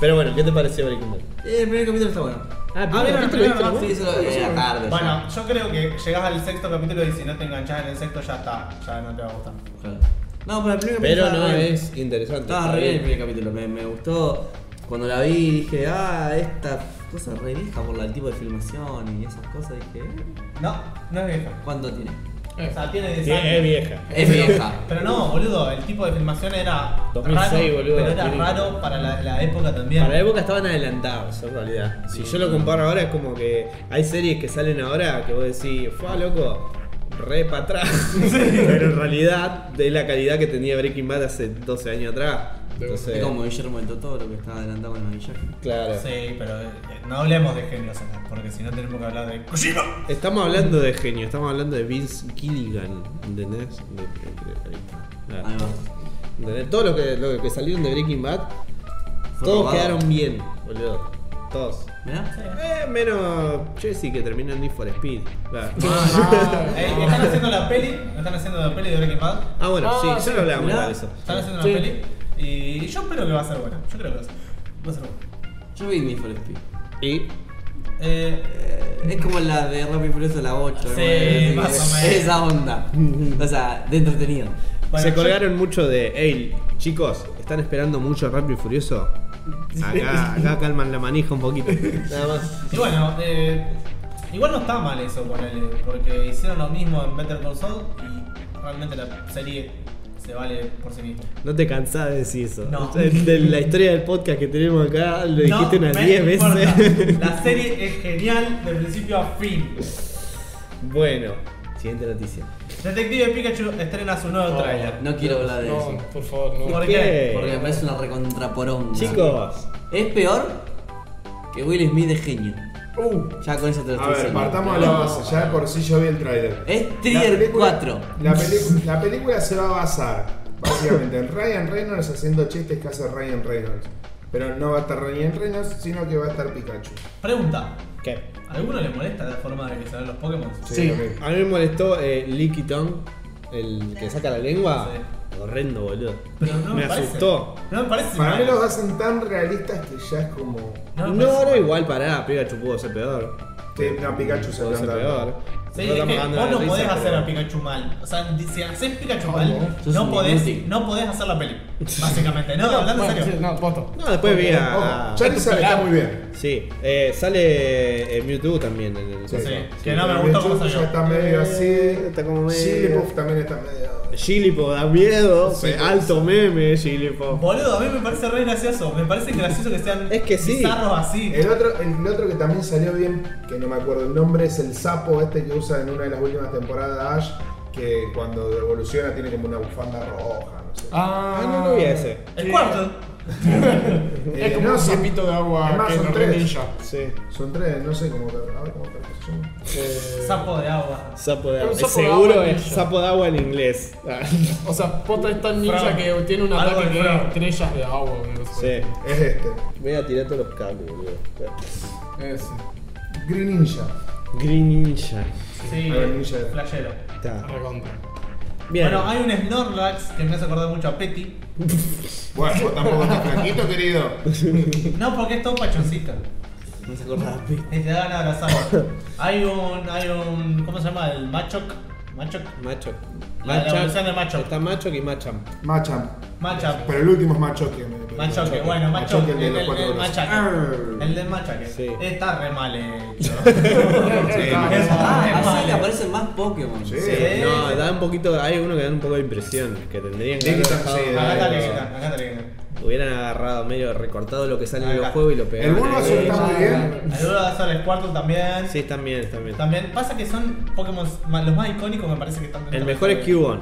A: Pero bueno, ¿qué te pareció Breaking Bad?
B: Eh, el primer capítulo está bueno.
A: Ah,
D: Ah, mira,
A: ¿viste?
D: mira,
A: ¿Lo
D: mira,
A: viste?
B: Sí, eso lo eh, era tarde. ya.
D: Bueno, yo creo que llegás al sexto capítulo y si no te enganchás en el sexto ya está, ya no te va a gustar.
B: Ojalá. No, pero el primer capítulo.
A: Pero
B: estaba
A: no,
B: re bien.
A: es interesante.
B: Estaba Ah, re bien el primer capítulo, me, me gustó. Cuando la vi dije, ah, esta cosa re vieja por la- el tipo de filmación y esas cosas. Dije, eh,
D: No, no es vieja.
B: ¿cuánto tiene?
D: O sea, tiene 10
A: Sí,
D: años.
A: es vieja.
B: Es vieja.
D: Pero no, boludo, el tipo de filmación era
A: 2006,
D: raro,
A: boludo,
D: pero era
A: tiene-
D: raro para la, la época también.
A: Para la época estaban adelantados, en realidad. Si yo lo comparo ahora, es como que hay series que salen ahora que vos decís, fue loco. re para atrás. pero en realidad de la calidad que tenía Breaking Bad hace 12 años atrás.
C: De
A: Entonces,
B: Es como Guillermo del Totoro que está adelantado con el maquillaje.
A: claro.
D: Sí, pero eh, no hablemos de genios acá, porque si no tenemos que hablar
A: *laughs*
D: de. ¡Kojima!
A: Estamos hablando de genio, estamos hablando de Vince Gilligan, ¿entendés? De- de- de- claro.
B: Además.
A: ¿Entendés? Todos los que, los que salieron de Breaking Bad,
B: Fue
A: todos
B: robado.
A: quedaron bien, boludo. Todos.
B: ¿Mirá?
A: Eh, menos Jesse que terminó en Need for Speed. Claro.
D: Eh, ¿Están haciendo la peli? ¿Están haciendo la peli de Breaking Bad?
A: Ah, bueno,
B: Ah,
A: sí,
B: sí,
A: ya lo hablamos
B: mirá.
A: de eso.
D: ¿Están haciendo
B: Sí.
D: una peli? Y yo espero que va a ser buena. Yo creo que va a ser, va a ser buena.
B: Yo vi Need for Speed.
A: Y
D: Eh,
B: Eh, Es como la de Rápido y Furioso la 8.
D: Sí,
B: ¿no?
D: más o menos.
B: Esa onda. O sea, de entretenido.
D: bueno,
A: se
D: yo-
A: colgaron mucho de, hey, chicos, ¿están esperando mucho Rápido y Furioso? Acá, acá calman la manija un poquito.
D: *laughs*
A: Nada más.
D: Y bueno, eh, igual no está mal eso, ponele, porque hicieron lo mismo en Better Call Saul y realmente la serie se vale por sí misma.
A: No te cansás de decir eso.
D: No.
A: De, de la historia del podcast que tenemos acá, lo dijiste
D: no
A: unas
D: me
A: 10
D: importa. *laughs*
A: veces. *laughs*
D: La serie es genial de principio a fin.
A: bueno, siguiente noticia.
D: Detective Pikachu estrena su nuevo
F: No.
D: tráiler.
B: No quiero hablar de eso.
F: No, por favor, no.
D: ¿Por
A: Oh. qué?
D: qué?
B: Porque me parece una recontraporonga.
A: Chicos,
B: Es peor que Will Smith de genio.
C: Uh,
B: Ya con eso te lo estoy
C: a ver,
B: diciendo.
C: partamos a la base. Ya de por sí yo vi el trailer.
B: Es Trigger 4.
C: La, pelicu- la película se va a basar básicamente en Ryan Reynolds haciendo chistes que hace Ryan Reynolds. Pero no va a estar Ryan Reynolds, sino que va a estar Pikachu.
D: Pregunta.
A: ¿qué?
D: ¿A alguno le molesta la forma de que se ven los Pokémon?
B: Sí.
C: lo mismo.
A: A mí me molestó eh, Licky Tongue, el que saca la lengua. Horrendo, boludo.
D: Pero no me,
A: Me
D: parece.
A: asustó.
D: No me parece.
C: Para mí
D: mal.
C: los hacen tan realistas que ya es como.
D: No pues,
A: No,
D: me parece
A: no,
D: mal.
A: igual pará, Pikachu pudo ser peor.
C: Sí, no, Pikachu se
A: Pudo ser
C: anda.
A: peor.
D: Sí,
A: Nosotros
D: es
A: estamos
D: que
A: cagando
D: vos
A: la
D: no
A: risa,
D: podés
A: pero- Ah,
D: hacer a Pikachu mal. O sea, di- si haces Pikachu
F: No,
D: mal,
F: vos
B: sos
D: no
B: un
D: podés,
B: inútil.
D: no podés hacer
A: *laughs*
D: la peli. Básicamente, no, hablando en
F: bueno, sí,
D: serio.
F: no, posto.
A: No, después vi a.
C: Ojo, Charizard está muy bien.
A: Sí, eh, sale eh, Mewtwo también en el.
C: Sí,
D: Sí,
C: sí.
D: que no me
C: Pero
D: gustó cómo
C: Mewtwo
D: salió.
C: Ya está medio así.
A: Eh, Está como medio-
C: Jigglypuff también está medio.
A: Gilipo da miedo,
C: Sí.
A: pe- alto meme, Gilipo.
D: Boludo, a mí me parece re gracioso. Me parece gracioso que sean
A: Es que sí.
D: bizarros así.
C: El otro, el otro que también salió bien, que no me acuerdo el nombre, es el sapo este que usa en una de las últimas temporadas Ash, que cuando evoluciona tiene como una bufanda roja, no sé.
F: Ah,
A: Ah, no lo vi a ese.
D: El cuarto.
C: Eh,
F: Es como
C: no,
F: un
C: son-
F: cepito de
C: es
F: agua
C: más,
F: que
C: son
F: no
C: tres.
F: ninja.
A: Sí.
C: Son tres, no sé cómo, a ver cómo carajo se llama.
F: Eh,
D: Sapo de agua.
A: Sapo de
F: Pero
A: agua.
F: un sapo de
A: Seguro
F: agua
A: es
F: ninja.
A: sapo de agua en inglés. Ah,
F: O sea, Pota es tan ninja
D: Fran.
F: que tiene un
D: Algo
F: ataque
D: de
F: que
D: Fran.
F: tiene estrellas de agua. una cosa por
A: sí.
F: el estilo.
C: Es este,
A: Voy a tirar todos los cables, boludo.
F: Ese.
C: Green Ninja.
A: Green Ninja.
D: Sí,
C: A ver, ninja.
D: flashero.
A: Está.
F: Recontra.
A: Bien.
D: Bueno, hay un Snorlax que me hace acordar mucho a Petty.
C: Bueno, vos tampoco estás *laughs* flaquito, querido.
D: No, porque es todo pachoncito.
B: No se acordaba.
D: Y te dan abrazado. Hay un. hay un. ¿Cómo se llama? El Machoc. Machoc.
A: Macho.
D: La- la evolución de Macho.
A: Está Macho y Machamp.
C: Machamp.
D: Machamp.
C: Pero el último es Machoque. me- me-
D: Machoque, bueno,
C: Machoke,
D: machoque,
C: el
D: el,
C: de
D: el,
C: los cuatro
D: el
C: brazos.
D: machaque. El del machaque.
A: Sí.
D: Está re mal *laughs* hecho.
C: Sí,
D: Es
B: Ah,
D: re
B: además
D: mal
B: ahí le
D: hecho.
B: aparecen más Pokémon.
C: Sí.
D: Sí.
A: No, da un poquito. Hay uno que da un poco de impresión. Que tendrían que haber
C: Digital,
A: dejado-
C: sí,
D: Acá está
C: Ay,
D: Leguina, acá está Leguina.
A: Hubieran agarrado medio recortado lo que sale en los
D: Acá.
A: juegos y lo
C: El
A: pegaron.
C: Bulbasaur
A: ahí.
C: está muy bien.
D: El Duro de Azor, el cuarto también.
A: Sí, están bien, están bien.
D: También pasa que son Pokémon ma- los más icónicos, me parece que están.
A: El
D: están
A: mejor es
D: bien.
A: Cubone.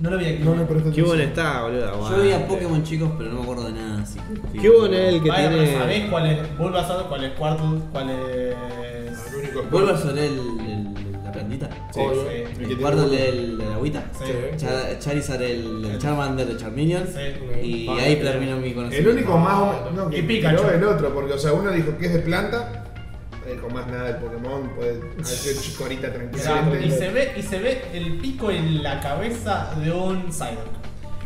D: No lo vi aquí.
C: No le presté
A: Cubone
C: atención.
A: está, boludo.
B: Yo veía Pokémon chicos, pero no me acuerdo de nada así.
A: Cubone es el que
D: Vaya, pero
A: tiene.
D: sabés cuál es Bulbasaur, cuál es Quartus, cuál es.
C: El único.
B: Vuelvo a sonar el, el- la plantita.
C: Sí,
D: Obvio.
C: sí. que
D: El
B: El
C: tiene
B: cuarto
C: un-
B: el, el agüita.
D: Sí.
C: eh.
B: Char- Charizard el, el Charmander de Charmeleon.
D: Sí.
B: Y ahí termino mi
C: El
B: conocimiento.
C: único más o menos no,
D: Y
C: que
D: Pikachu.
C: tiró el otro, porque o sea, uno dijo que es de planta, eh, con más nada del Pokémon, puede hacer chicorita
D: Y se
C: 37.
D: ve, y se ve el pico en la cabeza de un Psyduck.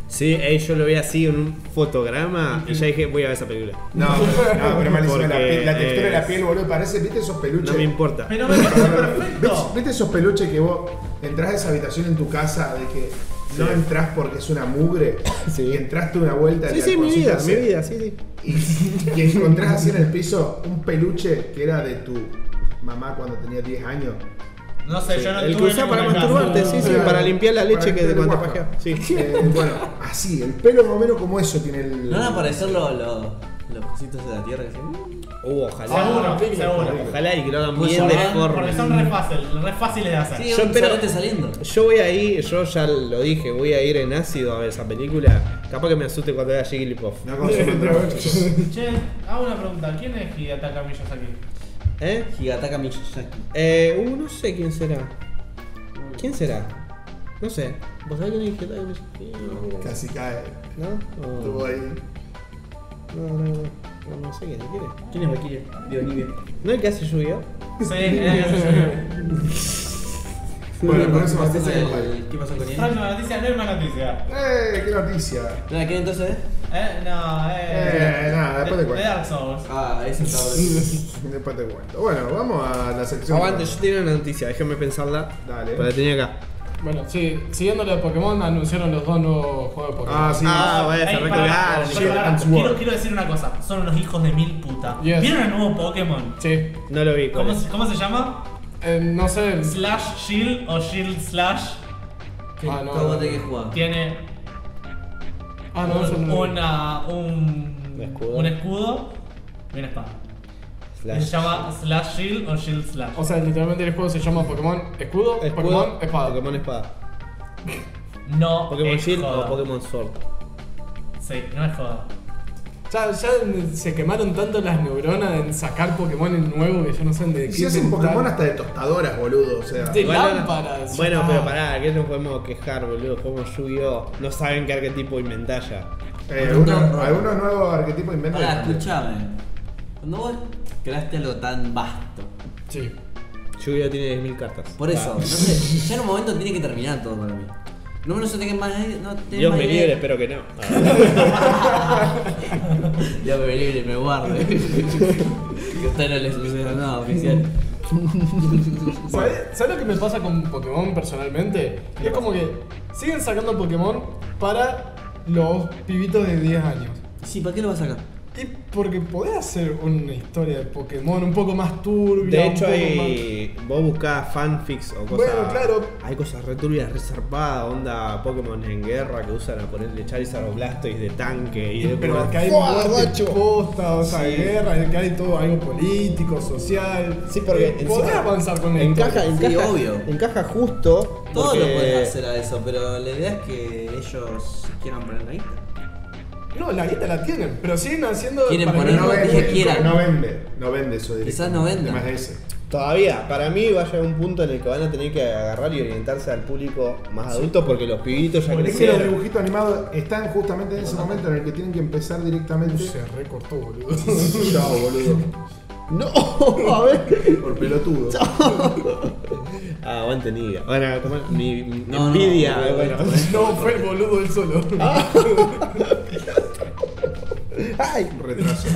A: Sí, eh, yo lo vi así en un fotograma y ya dije, voy a ver esa película.
C: No, pero- no, pero malísimo la,
A: Porque
C: piel, la textura de la
A: es-
C: piel, boludo, parece, viste esos peluches.
A: No me importa.
D: Pero me
C: *laughs*
D: parece perfecto.
C: ¿Viste- ¿Viste esos peluches que vos entras a esa habitación en tu casa de que no entras porque es una mugre?
A: *coughs* Sí.
C: Y entraste una vuelta
A: Sí,
C: en la
A: sí, mi vida,
C: cosita
A: mi
C: esa,
A: vida, sí, sí.
C: Y, y encontrás así en el piso un peluche que era de tu mamá cuando tenía 10 años.
D: No sé, yo no
A: El que
D: tuve
A: usaba para
D: ninguna casa.
A: masturbarte, sí, sí,
C: Claro.
A: para limpiar la leche
C: Para
A: que de
C: limpiar
A: cuando
C: el guapo.
A: pajeas. Sí.
C: Eh, bueno, así, el pelo más o menos como eso tiene el.
B: No van a aparecer los, los, Los cositos de la tierra que hacen.
A: Uh, ojalá.
D: Seguro,
C: película,
D: seguro.
C: película.
A: Ojalá y que lo hagan
B: Pues
A: bien
B: son-
A: de
D: Porque son
A: forma.
D: re fáciles, re fáciles de hacer.
B: Sí,
A: Yo
B: un
A: espero-
B: sorete saliendo.
A: Yo voy a ir, yo ya lo dije, voy a ir en ácido a ver esa película. Capaz que me asuste cuando vea Jigglypuff.
C: No consumen drogas, chicos.
D: Che, hago una pregunta. ¿Quién es que ataca a Miyazaki?
A: ¿Eh?
B: Higataka Miyazaki.
A: Eh, uh, no sé quién será. ¿Quién será? No sé. ¿Vos sabés quién es Higataka Miyazaki?
C: Casi cae.
A: ¿No? ¿No?
C: Estuvo ahí.
A: No, no, no. No, no sé quién es. ¿Quién es?
B: ¿Quién es Valkyria? De Olivia.
A: ¿No es el que hace lluvia?
D: Sí, es
C: Bueno, por eso Batista que falla.
B: ¿Qué pasó con él?
D: Próxima noticia, no hay más noticia.
C: ¡Eh! ¡Qué noticia!
B: Nada, ¿qué entonces?
D: Eh, no, eh.
C: Eh, nada, después te
D: de
C: cuento.
D: Dark Souls.
B: Ah, ese está bueno.
C: Después te cuento. Bueno, vamos a la sección.
A: Aguante, yo tenía una noticia, déjenme pensarla.
C: Dale.
A: Pero la tenía acá.
F: Bueno, sí, siguiéndole a Pokémon, anunciaron los dos nuevos juegos de Pokémon.
C: Ah, sí.
A: Ah, bueno, se
D: Ey, pará,
A: recolaron.
D: pará,
C: Shit
D: pará.
C: and sword.
D: Quiero, quiero decir una cosa, son unos hijos de mil puta.
F: Yes.
D: ¿Vieron el nuevo Pokémon?
F: Sí.
A: No lo vi. ¿cuál
D: ¿Cómo,
A: es?
D: se- cómo se llama?
F: Eh, no sé.
D: ¿Slash Shield o Shield Slash?
F: Ah, no.
B: ¿Cómo tenés que jugar?
D: Tiene
F: Ah, no, yo no.
D: una, un,
A: Un escudo.
D: un escudo y una espada.
A: Slash.
D: Se llama Slash Shield o Shield Slash.
F: O sea, literalmente el juego se llama Pokémon Escudo,
A: Escudo,
F: Pokémon Espada.
A: Pokémon espada.
D: no
A: Pokémon
D: es
A: Shield
D: joda.
A: o Pokémon Sword.
D: Sí, no es joda.
F: Ya, ya se quemaron tanto las neuronas en sacar Pokémon en nuevo que yo no sé de qué.
C: Si hacen
F: inventar.
C: Pokémon hasta de tostadoras, boludo. O sea. eh,
F: De
A: Igual no-
F: lámparas.
A: Bueno,
F: ah.
A: pero pará, que no podemos quejar, boludo. Jugamos Yu-Gi-Oh! No saben qué arquetipo inventar ya.
C: Eh, algunos, algunos nuevos arquetipos inventan.
B: Ahora, escuchame. Cuando vos creaste algo tan vasto.
F: Sí.
A: Yu-Gi-Oh! tiene 10.000 cartas.
B: Por eso,
A: Ah.
B: no sé, ya en un momento tiene que terminar todo para mí. No me lo sé, tenés más. No tenés
A: Dios
B: más
A: me
B: idea.
A: libre, espero que no. *laughs*
B: *laughs* Dios me libre,
A: *laughs*
B: me guarde. que a usted no le suceda nada oficial.
F: ¿Sabes lo que me pasa con Pokémon personalmente? Es como que siguen sacando Pokémon para los pibitos de 10 años.
B: Sí, ¿para qué lo vas a sacar?
F: Y porque podés hacer una historia de Pokémon un poco más turbia.
A: De
F: un
A: hecho,
F: poco
A: hay, vos buscás fanfics o cosas.
F: Bueno, claro.
A: Hay cosas re turbias, reservadas, onda Pokémon en guerra que usan a ponerle Charizard o Blastoise de tanque y
F: más-
A: de
F: Pero que hay
C: ¡Fua,
F: muerte
C: guacho!
F: posta, o sea,
A: Sí.
F: guerra, que hay todo algo político, social.
A: Sí, porque
F: Eh,
A: encima-
F: podés avanzar con la
A: *laughs* encaja,
F: historia.
B: Sí,
A: encaja,
B: obvio.
A: encaja justo.
B: Todo
A: porque-
B: lo puedes hacer a eso, pero la idea es que ellos quieran poner la guita.
F: No, la guita la tienen, pero siguen haciendo.
B: Quieren
F: para
B: poner-
F: que no-
B: dije quieran.
C: no vende. No vende eso directo.
B: Quizás no venda.
C: Más ese.
A: Todavía, para mí va a llegar un punto en el que van a tener que agarrar y orientarse al público más adulto porque los pibitos ya
C: Es que los
A: crecieron.
C: dibujitos animados están justamente en ese momento en el que tienen que empezar directamente.
F: Se recortó, boludo. *laughs*
C: *laughs* Chao, boludo.
A: *laughs* No, a ver.
C: Por pelotudo.
A: Ah, aguante Nidia. Bueno, ¿cómo es? Ni,
B: No, no,
A: envidia,
B: no, no,
A: bueno.
B: no,
F: No, fue el boludo él solo.
A: Ay.
C: Retraso.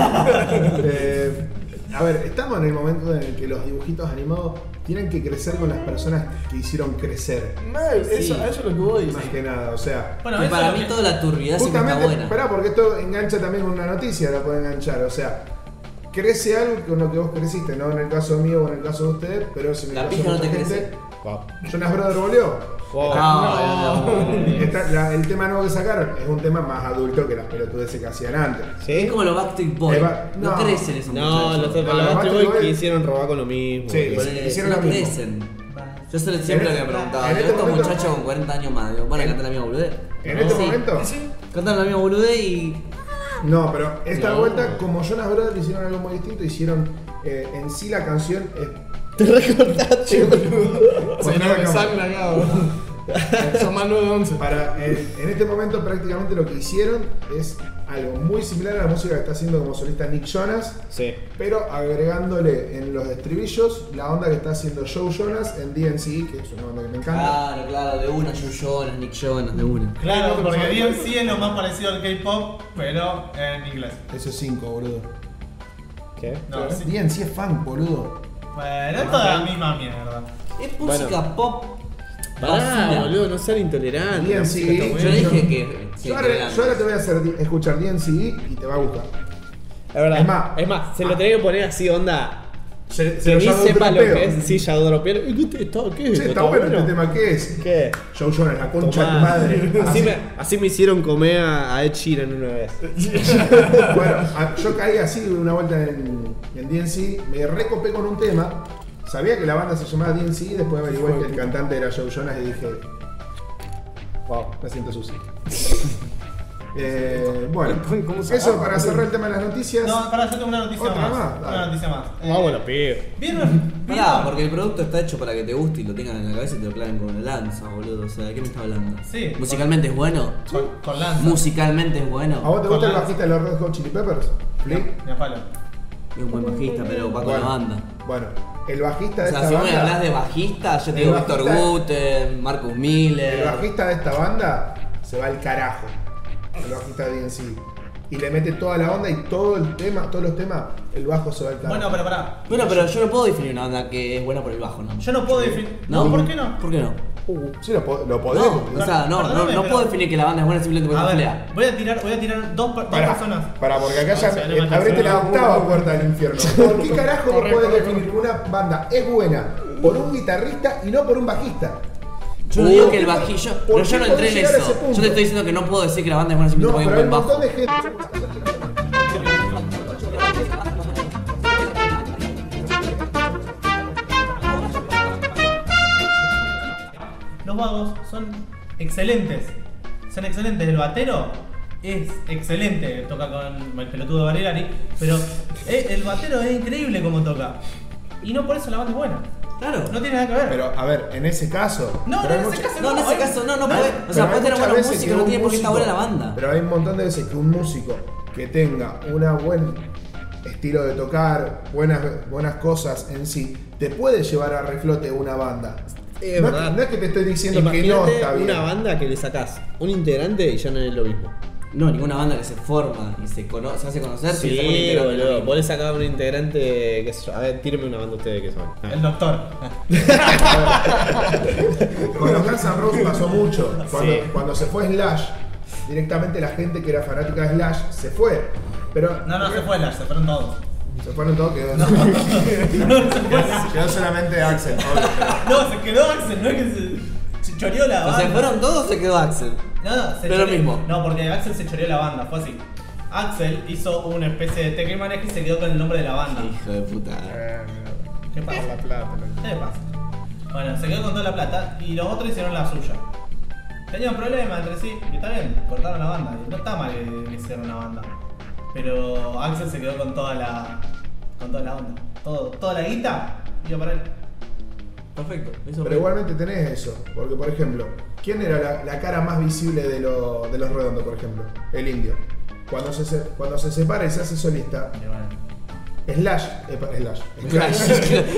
C: Eh, a ver, estamos en el momento en el que los dibujitos animados tienen que crecer con las personas que hicieron crecer.
F: Mal, eso, a eso es lo que voy.
C: Más que nada, o sea.
D: Bueno,
B: y
D: eso
B: para
D: es lo
B: mí
D: que-
B: toda la turbidez siempre está
C: Justamente,
B: buena.
C: esperá, porque esto engancha también con una noticia, la puede enganchar. O sea, crece algo con lo que vos creciste, no en el caso mío o en el caso de ustedes, pero si me
B: La pija no te crece.
A: Wow.
C: Jonas Brother volvió.
A: Wow.
B: Ah, no, no, no.
C: Está- la- el tema nuevo que sacaron es un tema más adulto que las pelotudeces que hacían antes.
A: ¿Sí?
B: Es como los Backstreet Boys.
C: Eh, va-
B: No,
C: no.
B: crecen esos
A: No, los
B: muchachos.
A: otros
C: No, los
A: los
C: Backstreet
A: Boys
C: Boys-
A: quisieron robar con lo mismo.
C: Sí,
A: boludo.
B: Por eso,
C: hicieron
B: no
C: lo mismo.
B: crecen. Yo se lo- siempre
C: En
B: lo que
C: este-
B: me preguntaba,
C: en
B: digo,
C: este
B: estos
C: momento-
B: muchachos con 40 años más, digo, van a
C: En-
B: cantar la misma boludez.
C: En este
B: Sí.
C: momento.
B: Cantan la misma boludez y.
C: No, pero esta
A: No.
C: vuelta, como Jonas Brothers hicieron algo muy distinto, hicieron eh, en sí la canción. eh,
A: Te recordaste, boludo.
F: Se
C: Bueno,
F: nos
C: no.
F: sangra acá, boludo. Son más 9 de 11.
C: para, eh, en este momento, prácticamente lo que hicieron es algo muy similar a la música que está haciendo como solista Nick Jonas,
A: Sí.
C: pero agregándole en los estribillos la onda que está haciendo Joe Jonas en DNC, que es una onda que me
A: Ah.
C: encanta.
B: Claro, claro, de una, Joe Jonas, Nick Jonas, de una.
D: Claro,
C: Creo que
D: porque
C: son-
D: DMC es lo más parecido al K-pop, pero en inglés.
C: Eso es 5, boludo.
A: ¿Qué?
D: No, sí.
C: DNC es funk, boludo.
D: Bueno, esto es la misma mierda.
B: Es música pop.
A: Pará,
B: vacía.
A: boludo, no sean intolerantes.
C: Bien,
A: La
C: sí.
A: música está
B: Yo
A: buena.
B: dije que. que
C: yo, ahora,
B: eran-
C: yo ahora te voy a hacer di- escuchar DNC y te va a gustar.
A: Es verdad.
C: Es más-
A: se lo tenés que poner así, onda.
C: Se,
A: Que
C: lo
A: ni
C: llama un
A: sepa lo
C: dropeo.
A: que es. Sí, ya dropear. Eh, ¿Qué te- está- qué es
C: Che,
A: esto?
C: está bueno este tema, ¿qué es?
A: ¿Qué?
C: Joe Jonas, la concha
A: Tomá. *laughs*
C: de tu madre.
A: Así me, así me hicieron comer a, a Ed Sheeran una *laughs* vez.
C: bueno, a- yo caí así una vuelta en, en DNC, me recopé con un tema. Sabía que la banda se llamaba DNC y después averigué que el cantante era Joe Jonas y dije. Wow, me siento sucio. Eh, bueno,
E: ¿Cómo se
C: eso
A: Ah,
E: llama?
C: para cerrar el tema de las noticias.
D: No, pará, yo tengo una noticia
C: Otra
D: más.
C: más, dale.
D: Una noticia más. Eh,
A: Ah, bueno, pibe.
D: ¿Vieron?
B: Pará,
D: ¿Vieron?
B: porque el producto está hecho para que te guste y lo tengan en la cabeza y te lo claven con una lanza, boludo. O sea, ¿de qué me está hablando?
D: Sí.
B: ¿Musicalmente es bueno?
D: Con, con lanza.
B: Musicalmente es
C: ¿A
B: bueno.
C: vos te gusta el
D: Hola.
C: bajista de los Red Hot Chili Peppers? Flick.
D: Me apalo.
B: Es un buen bajista, pero va con la banda.
C: Bueno, el bajista
B: O
C: de
B: sea,
C: esta
B: si vos me
C: banda.
B: hablas de bajista, yo te
C: El
B: digo Víctor
C: bajista-
B: Guten, Marcus
C: El
B: Miller.
C: bajista de esta banda se va al carajo. El bajista de DNC. Y le mete toda la onda y todo el tema, todos los temas, el bajo se va al carajo.
D: Bueno, pero pará.
B: Bueno, pero yo no puedo definir una banda que es buena por el bajo, ¿no?
D: Yo no puedo definir. No, ¿por qué no?
B: ¿Por qué no?
C: Uh, sí, lo, po- lo podemos.
B: No, o sea, no, no,
D: Perdóname,
B: no puedo
D: pero-
B: definir que la banda es buena simplemente porque
D: A
B: es
D: ver,
B: fea.
D: voy a tirar, voy a tirar dos, per- dos
C: Pará,
D: personas.
C: pará, porque acá ya
D: No, se van a matar,
C: abriste
D: se van
C: la
D: a
C: octava puerta del infierno. ¿Por qué carajo no
E: Corre,
C: puedes
E: corre,
C: definir que una banda es buena por un guitarrista y no por un bajista?
B: Yo no
C: ¿Por
B: digo que el
C: qué-
B: bajillo.
C: por
B: Pero yo
C: qué
B: no
C: podés
B: entré en
C: llegar a ese
B: eso. Yo
C: punto?
B: te estoy diciendo que no puedo decir que la banda es buena
C: No,
B: simplemente porque
C: pero
B: es
C: hay un
B: buen bajo.
C: montón de gente.
D: Los vagos son excelentes. Son excelentes. El batero es excelente. Toca con el pelotudo Barilari. Pero eh, el batero es increíble como toca. Y no por eso la banda es buena.
B: Claro.
D: No tiene nada que ver.
C: Pero, a ver, en ese caso.
D: No,
C: pero hay
D: no, en ese
C: mucha-
D: caso
B: No, en ese
D: hay-
B: caso no, no
D: no,
B: podés. O sea,
C: Pero hay
B: podés tener
C: muchas
B: buena
C: veces
B: música,
C: que
B: no
C: un
B: tiene por qué estar buena la
C: músico-
B: banda.
C: Pero hay un montón de veces que un músico que tenga una buen estilo de tocar, buenas, buenas cosas en sí, te puede llevar a reflote una banda.
A: Es
C: no,
A: verdad.
C: no es que te estoy diciendo
A: Imagínate
C: que no está bien.
A: una banda que le sacás un integrante y ya no es lo mismo.
B: No, ninguna banda que se forma y se, cono- se hace conocer. si se forma
A: Sí,
B: integrante
A: boludo.
B: también.
A: Vos le sacás un integrante, qué sé yo. A ver, tíreme una banda ustedes que son. A ver.
D: El doctor.
C: Con los Guns N' Roses pasó mucho. Cuando,
E: Sí.
C: cuando se fue Slash, directamente la gente que era fanática de Slash se fue. Pero
D: No, no, se fue Lash, se
B: *laughs*
D: fueron todos.
C: Se fueron todos, quedó,
D: No, se fue Lash.
C: quedó
A: *laughs*
C: solamente Axel. obvio, pero-
D: No, se quedó Axel, no es que se, se choreó la
B: O
D: banda.
B: se fueron todos o se quedó Axel.
D: No, no, se
B: Pero lo
D: choreó-
B: mismo.
D: No, porque Axel se choreó la banda, fue así. Axel hizo una especie de teque y maneje y se quedó con el nombre de la banda.
B: Hijo de puta.
C: Eh,
D: ¿Qué pasa?
C: la plata, la-
D: ¿Qué le pasa? Bueno, se quedó con toda la plata y los otros hicieron la suya. Tenían problemas entre sí, y está bien, cortaron la banda. y No está mal que que hicieron una banda. Pero Axel se quedó con toda la. con toda la onda. Todo, toda la guita iba para él.
B: Perfecto. Eso
C: *laughs* Pero igualmente tenés eso, porque por ejemplo, ¿quién era la, la cara más visible de, lo- de los redondos, por ejemplo? El indio. Cuando se, se- cuando se separa y se hace solista,
D: Y bueno,
C: Slash, eh, pa- Slash,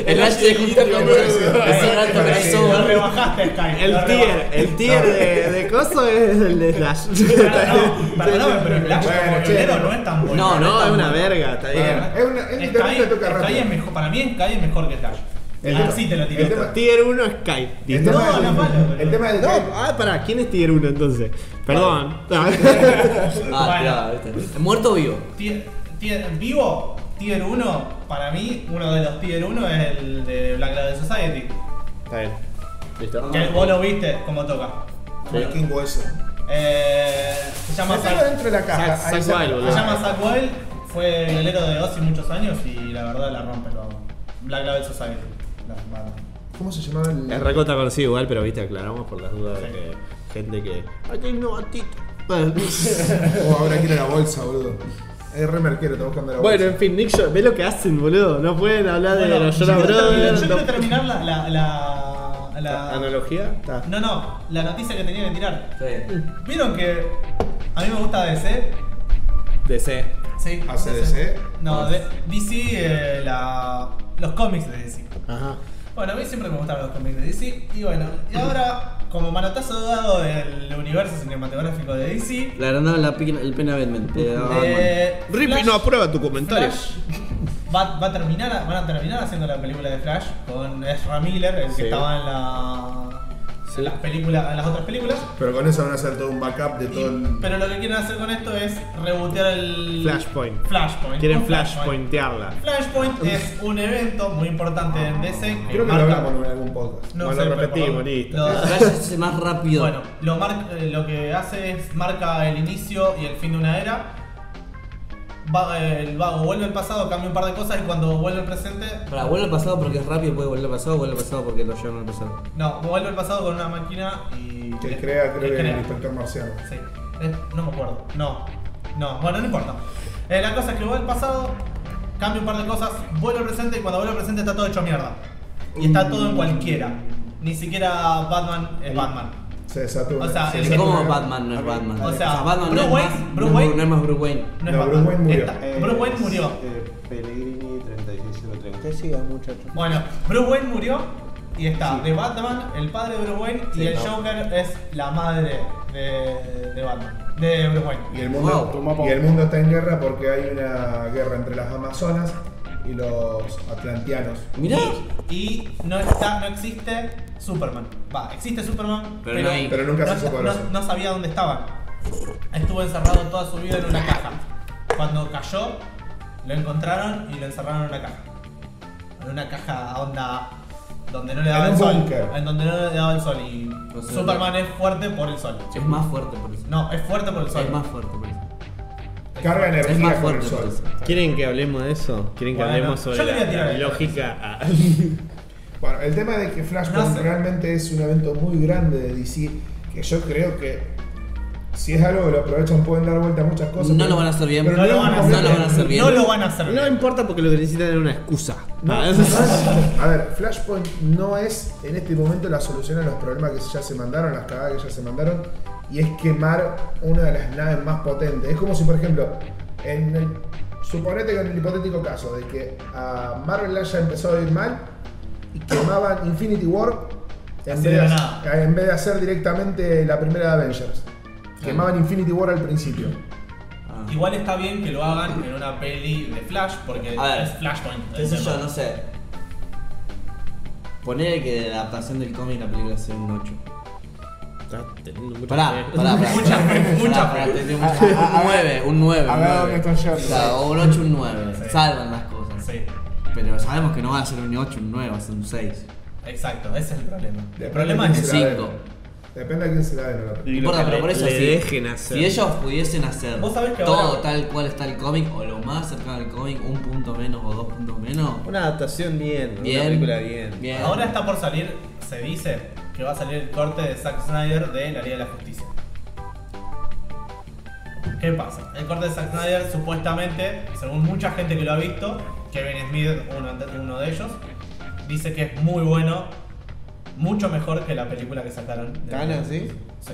B: El Ash se juntó con el *laughs* Es un alto
D: Lo
B: corazón.
D: rebajaste, Sky. lo
A: El tier,
D: rebajaste.
A: el tier de, de coso es el de Slash.
D: No, perdóname, pero el Lash
C: Bueno,
D: como
C: che.
D: bolero no Ah. es tan bueno.
B: No,
A: No, es
B: está
A: una
B: bueno.
A: verga, está
C: Bueno,
A: bien.
C: es una, es un
D: Sky,
C: guitarrista que toca
D: Sky
C: rápido.
D: es mejor, para mí Sky es mejor que Sky.
C: El
D: Así
C: tema-
D: te lo
C: el
D: tiré.
C: tema-
A: Tier 1 es Kai.
C: *laughs* El
A: listo.
D: No,
C: tema,
D: no,
C: del,
D: malo.
C: el tema del
A: No,
C: Sky-
A: ah, pará, ¿quién es Tier 1 entonces? Perdón.
B: Ah, ya, viste. Muerto o vivo.
D: Tier, tier- vivo, tier 1, para mí, uno de los tier 1 es el de Black Label Society.
A: Está bien. Listo.
D: Que vos lo viste como toca.
C: el vikingo ese.
D: Eh, se llama
C: Metelo
D: Zack
C: dentro de la caja.
A: Zack- Zack
C: ahí se-
A: Wild, boludo.
D: se llama Zack Wild, fue violero de Ozzy muchos años y la verdad la rompe lo Black Label Society. La banda.
C: ¿Cómo se llamaba el.?
A: Es recontra conocido igual, pero viste, aclaramos por las dudas de que gente que. ¡Ay, tengo un gatito!
C: Oh, ahora quiero la bolsa, boludo. Es re merquero, está buscando la bolsa.
A: Bueno, en fin, Nick, yo- ve lo que hacen, boludo. No pueden hablar de
D: Bueno,
A: los
D: yo
A: Jonas
D: quiero terminar-
A: Brothers.
D: yo quiero
A: no-
D: terminar la. la, la, la-
A: ¿Analogía? Está.
D: Ah, no, no, la noticia que tenía que tirar.
B: Sí.
D: ¿Vieron que a mí me gusta DC?
A: DC.
D: Sí.
C: ¿ACDC?
D: No, de- DC, eh, la- los cómics de DC.
A: Ajá.
D: Bueno, a mí siempre me gustaron los cómics de DC. Y bueno, y ahora, como manotazo dado del universo cinematográfico de DC,
B: Le agrandaron la pena, el pena a Batman. Te daba Batman.
D: eh,
A: Rippy
D: Flash-
A: no aprueba tu comentario.
D: Flash va, va a terminar, van a terminar haciendo la película de Flash con Ezra Miller, el que
A: Sí.
D: estaba en la.
A: Sí.
D: en las películas, en las otras películas.
C: Pero con eso van a hacer todo un backup de
D: Y-
C: todo el.
D: pero lo que quieren hacer con esto es rebotear el
A: Flashpoint.
D: Flashpoint.
A: Quieren
D: un
A: flashpointearla.
D: Flashpoint es un evento muy importante en DC. que
C: Creo que lo
D: marca-
C: hablamos en algún podcast.
D: No
A: Bueno,
D: sé,
A: lo
D: pero
A: repetimos,
D: perdón.
A: listo.
D: Lo-
B: Váyase más rápido.
D: Bueno, lo, mar- eh, lo que hace es marca el inicio y el fin de una era. Va- eh, el vago vuelve al pasado, cambia un par de cosas y cuando vuelve al presente.
B: Para, vuelve al pasado porque es rápido, puede volver al pasado, vuelve al pasado porque lo llevan al pasado.
D: No, vuelve al pasado con una máquina y.
C: Que
B: Eh,
D: le-
C: crea, creo
D: le
C: que el
D: crea.
C: inspector marciano.
D: Sí. Eh, no me acuerdo. No. No. Bueno, no importa. Eh, la cosa es que vuelve al pasado, cambia un par de cosas, vuelve al presente y cuando vuelve al presente está todo hecho mierda. Y está todo
C: Mm.
D: en cualquiera. Ni siquiera Batman es Batman.
C: Se desatura.
D: O sea,
C: se
D: el-
B: Es
C: desatura.
B: como Batman no es Batman.
D: O sea,
B: Batman
D: Bruce
B: no es
D: Wayne-
B: más, no
D: Bruce
B: es- no
D: Wayne-
B: es más Bruce Wayne.
D: No es
C: No,
D: Batman.
C: Bruce Wayne murió.
D: Está- Bruce Wayne murió.
G: Eh, Pellegrini 3603. Usted siga, muchachos.
D: Bueno, Bruce Wayne murió y está de Batman, el padre de Bruce Wayne y
G: Sí,
D: el
G: no.
D: Joker es la madre de, de Batman, de Bruce Wayne.
C: Y el, mundo,
E: Wow.
C: y el mundo está en guerra porque hay una guerra entre las Amazonas y los Atlantianos.
B: Mirá.
D: Y no está, no existe Superman. Va, existe Superman,
B: Pero no hay-
C: Pero nunca se
D: no-
C: supo
D: no,
C: eso.
D: no sabía dónde estaban. Estuvo encerrado toda su vida en una caja. Cuando cayó, lo encontraron y lo encerraron en una caja. En una caja onda donde no le daba
C: En
D: el
C: un
D: sol.
C: búnker.
D: En donde no le daba el sol. Y
B: O sea,
D: Superman es fuerte por el sol.
B: Es más fuerte por eso.
D: No, es fuerte por el sol.
B: Es más fuerte por eso.
C: Carga
B: Es más
C: energía con el
B: fuerte por
C: sol.
B: eso.
A: ¿Quieren que hablemos de eso? ¿Quieren que
D: Bueno,
A: hablemos
D: yo
A: sobre
D: le voy a
A: la,
D: tirar
A: la
D: el-
A: lógica? Ah,
C: Bueno, el tema de que Flashpoint
D: No sé.
C: realmente es un evento muy grande de DC, que yo creo que si es algo que lo aprovechan pueden dar vuelta a muchas cosas.
B: No
C: pero-
B: lo van a hacer bien.
C: pero
D: No lo van a hacer,
B: No lo van a hacer bien.
D: No lo van a hacer
A: no
D: bien.
A: importa porque lo que necesitan es una excusa.
C: No,
A: Ah,
D: *laughs*
C: además, a ver, Flashpoint no es en este momento la solución a los problemas que ya se mandaron, las cagadas que ya se mandaron, y es quemar una de las naves más potentes. Es como si, por ejemplo, en el, suponete que en el hipotético caso de que a Marvel le haya empezado a ir mal y quemaban Infinity War en, vez
D: Así de
C: de,
D: la nada.
C: en vez de hacer directamente la primera de Avengers. Quemaban Infinity War al principio.
B: Ah.
D: Igual está bien que lo hagan en una peli de Flash, porque
B: A ver,
D: es Flashpoint.
B: Qué sé yo, no sé. Poner que de la adaptación del cómic la película sea un 8.
A: Está teniendo mucha
B: Pará,
A: fe.
B: pará, pará.
D: Eh, Mucha fe,
B: Pará,
D: mucha
B: pará,
D: fe.
B: te digo, mucha fe. Un 9, un 9.
F: a ver dónde estoy yendo.
B: O un 8, un 9.
D: Sí.
B: Salvan las cosas.
D: Sí,
B: Pero sabemos que no va a ser un 8, un 9, va a ser un 6.
D: exacto, ese es el problema.
C: Depende
D: el problema
C: de
D: es
C: quién
B: que-
D: que
C: se la den.
B: cinco.
C: Depende de quién se la den. ¿no?
A: Y
B: No
A: lo
B: importa,
A: que
B: pero
A: le-
B: por eso
A: le
B: sí.
A: dejen hacer.
B: Si ellos pudiesen hacer
D: Vos sabés que
B: todo
D: ahora-
B: tal cual está el cómic, o lo más cercano al cómic, un punto menos o dos puntos menos.
A: *laughs* Una adaptación bien,
B: Bien.
A: una película bien.
B: Bien.
D: ahora está por salir, se dice que va a salir el corte de Zack Snyder de la Liga de la Justicia. ¿Qué pasa? El corte de Zack Snyder supuestamente, según mucha gente que lo ha visto, Kevin Smith, uno, uno de ellos, dice que es muy bueno, mucho mejor que la película que sacaron. de-
A: ¿Tana, sí?
D: Sí.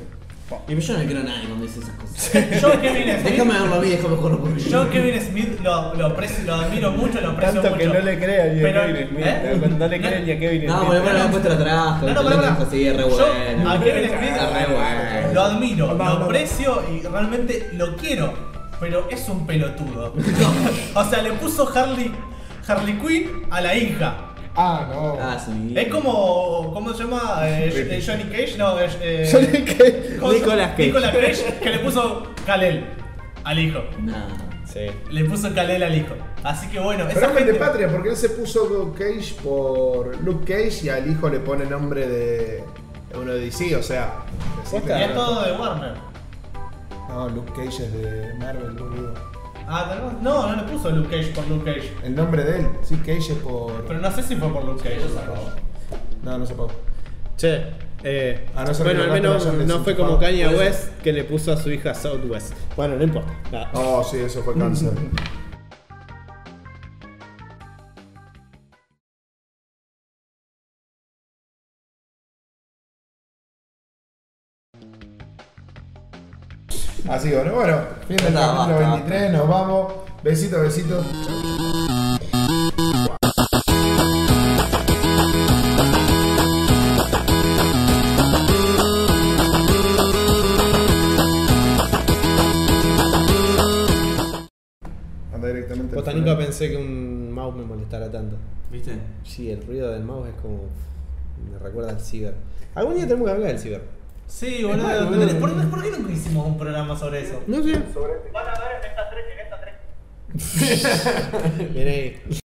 B: Y yo no creo a nadie cuando dice esas cosas.
D: Yo Kevin Smith.
B: déjame verlo a mí, déjame correr por mí.
D: Yo Kevin Smith lo, lo, aprecio- lo admiro mucho, lo aprecio
A: Tanto
D: mucho.
A: que no le crean ni a
D: Pero-
A: Kevin Smith.
D: ¿eh?
A: No le crean ni a Kevin
B: No,
A: Smith.
B: bueno, bueno, lo han puesto atrás, con
D: No, no,
B: el
D: pará, pará.
B: así, es re
D: Yo
B: bueno.
D: a Kevin Smith
B: Está re bueno.
D: lo admiro, lo aprecio y realmente lo quiero, pero es un pelotudo. *laughs* o sea, le puso Harley, Harley Quinn a la hija.
F: Ah, no.
B: Ah, sí.
D: Es como, ¿cómo se llama? Eh, eh, Johnny Cage, no, es, eh,
A: Johnny Cage.
D: ¿cómo se llama?
A: Nicolas Cage.
D: Nicolas Cage, que le puso Kalel al hijo.
B: Nah.
A: Sí.
D: Le puso Kalel al hijo. Así que bueno,
C: Pero
D: esa
C: hombre de
D: gente...
C: patria, porque él se puso Luke Cage por Luke Cage y al hijo le pone nombre de uno de DC, o sea.
D: Y
C: decirle-
D: es todo de Warner.
C: No, Luke Cage es de Marvel, boludo.
D: Ah, tenemos- no, no le puso Luke Cage por Luke Cage.
C: El nombre de él, sí, Cage es por.
D: Pero no sé si fue por Luke Cage. o sea, no.
C: No, no se puede.
A: Che, eh,
C: A no ser
A: bueno,
C: que
A: al
C: los
A: menos
C: gatos hayan
A: no fue
C: desenchufado.
A: como Kanye
B: Puede
A: West que le puso a su hija Southwest. Bueno, no importa. nada.
C: Oh, sí, eso fue cáncer. Así bueno, bueno, fin del
B: Basta,
C: capítulo
B: basta,
C: 23, nos vamos. Besitos, besitos. Anda directamente. al
A: Posta,
C: final.
A: nunca pensé que un mouse me molestara tanto.
B: ¿Viste?
A: Sí, el ruido del mouse es como. Me recuerda al ciber. Algún día tenemos que hablar del ciber.
D: Sí,
A: Es
D: boludo.
A: más, boludo.
D: ¿Por, por qué nunca hicimos un programa sobre eso?
A: No sé.
H: Van a ver en esta 3, en esta 3.
A: Viene ahí.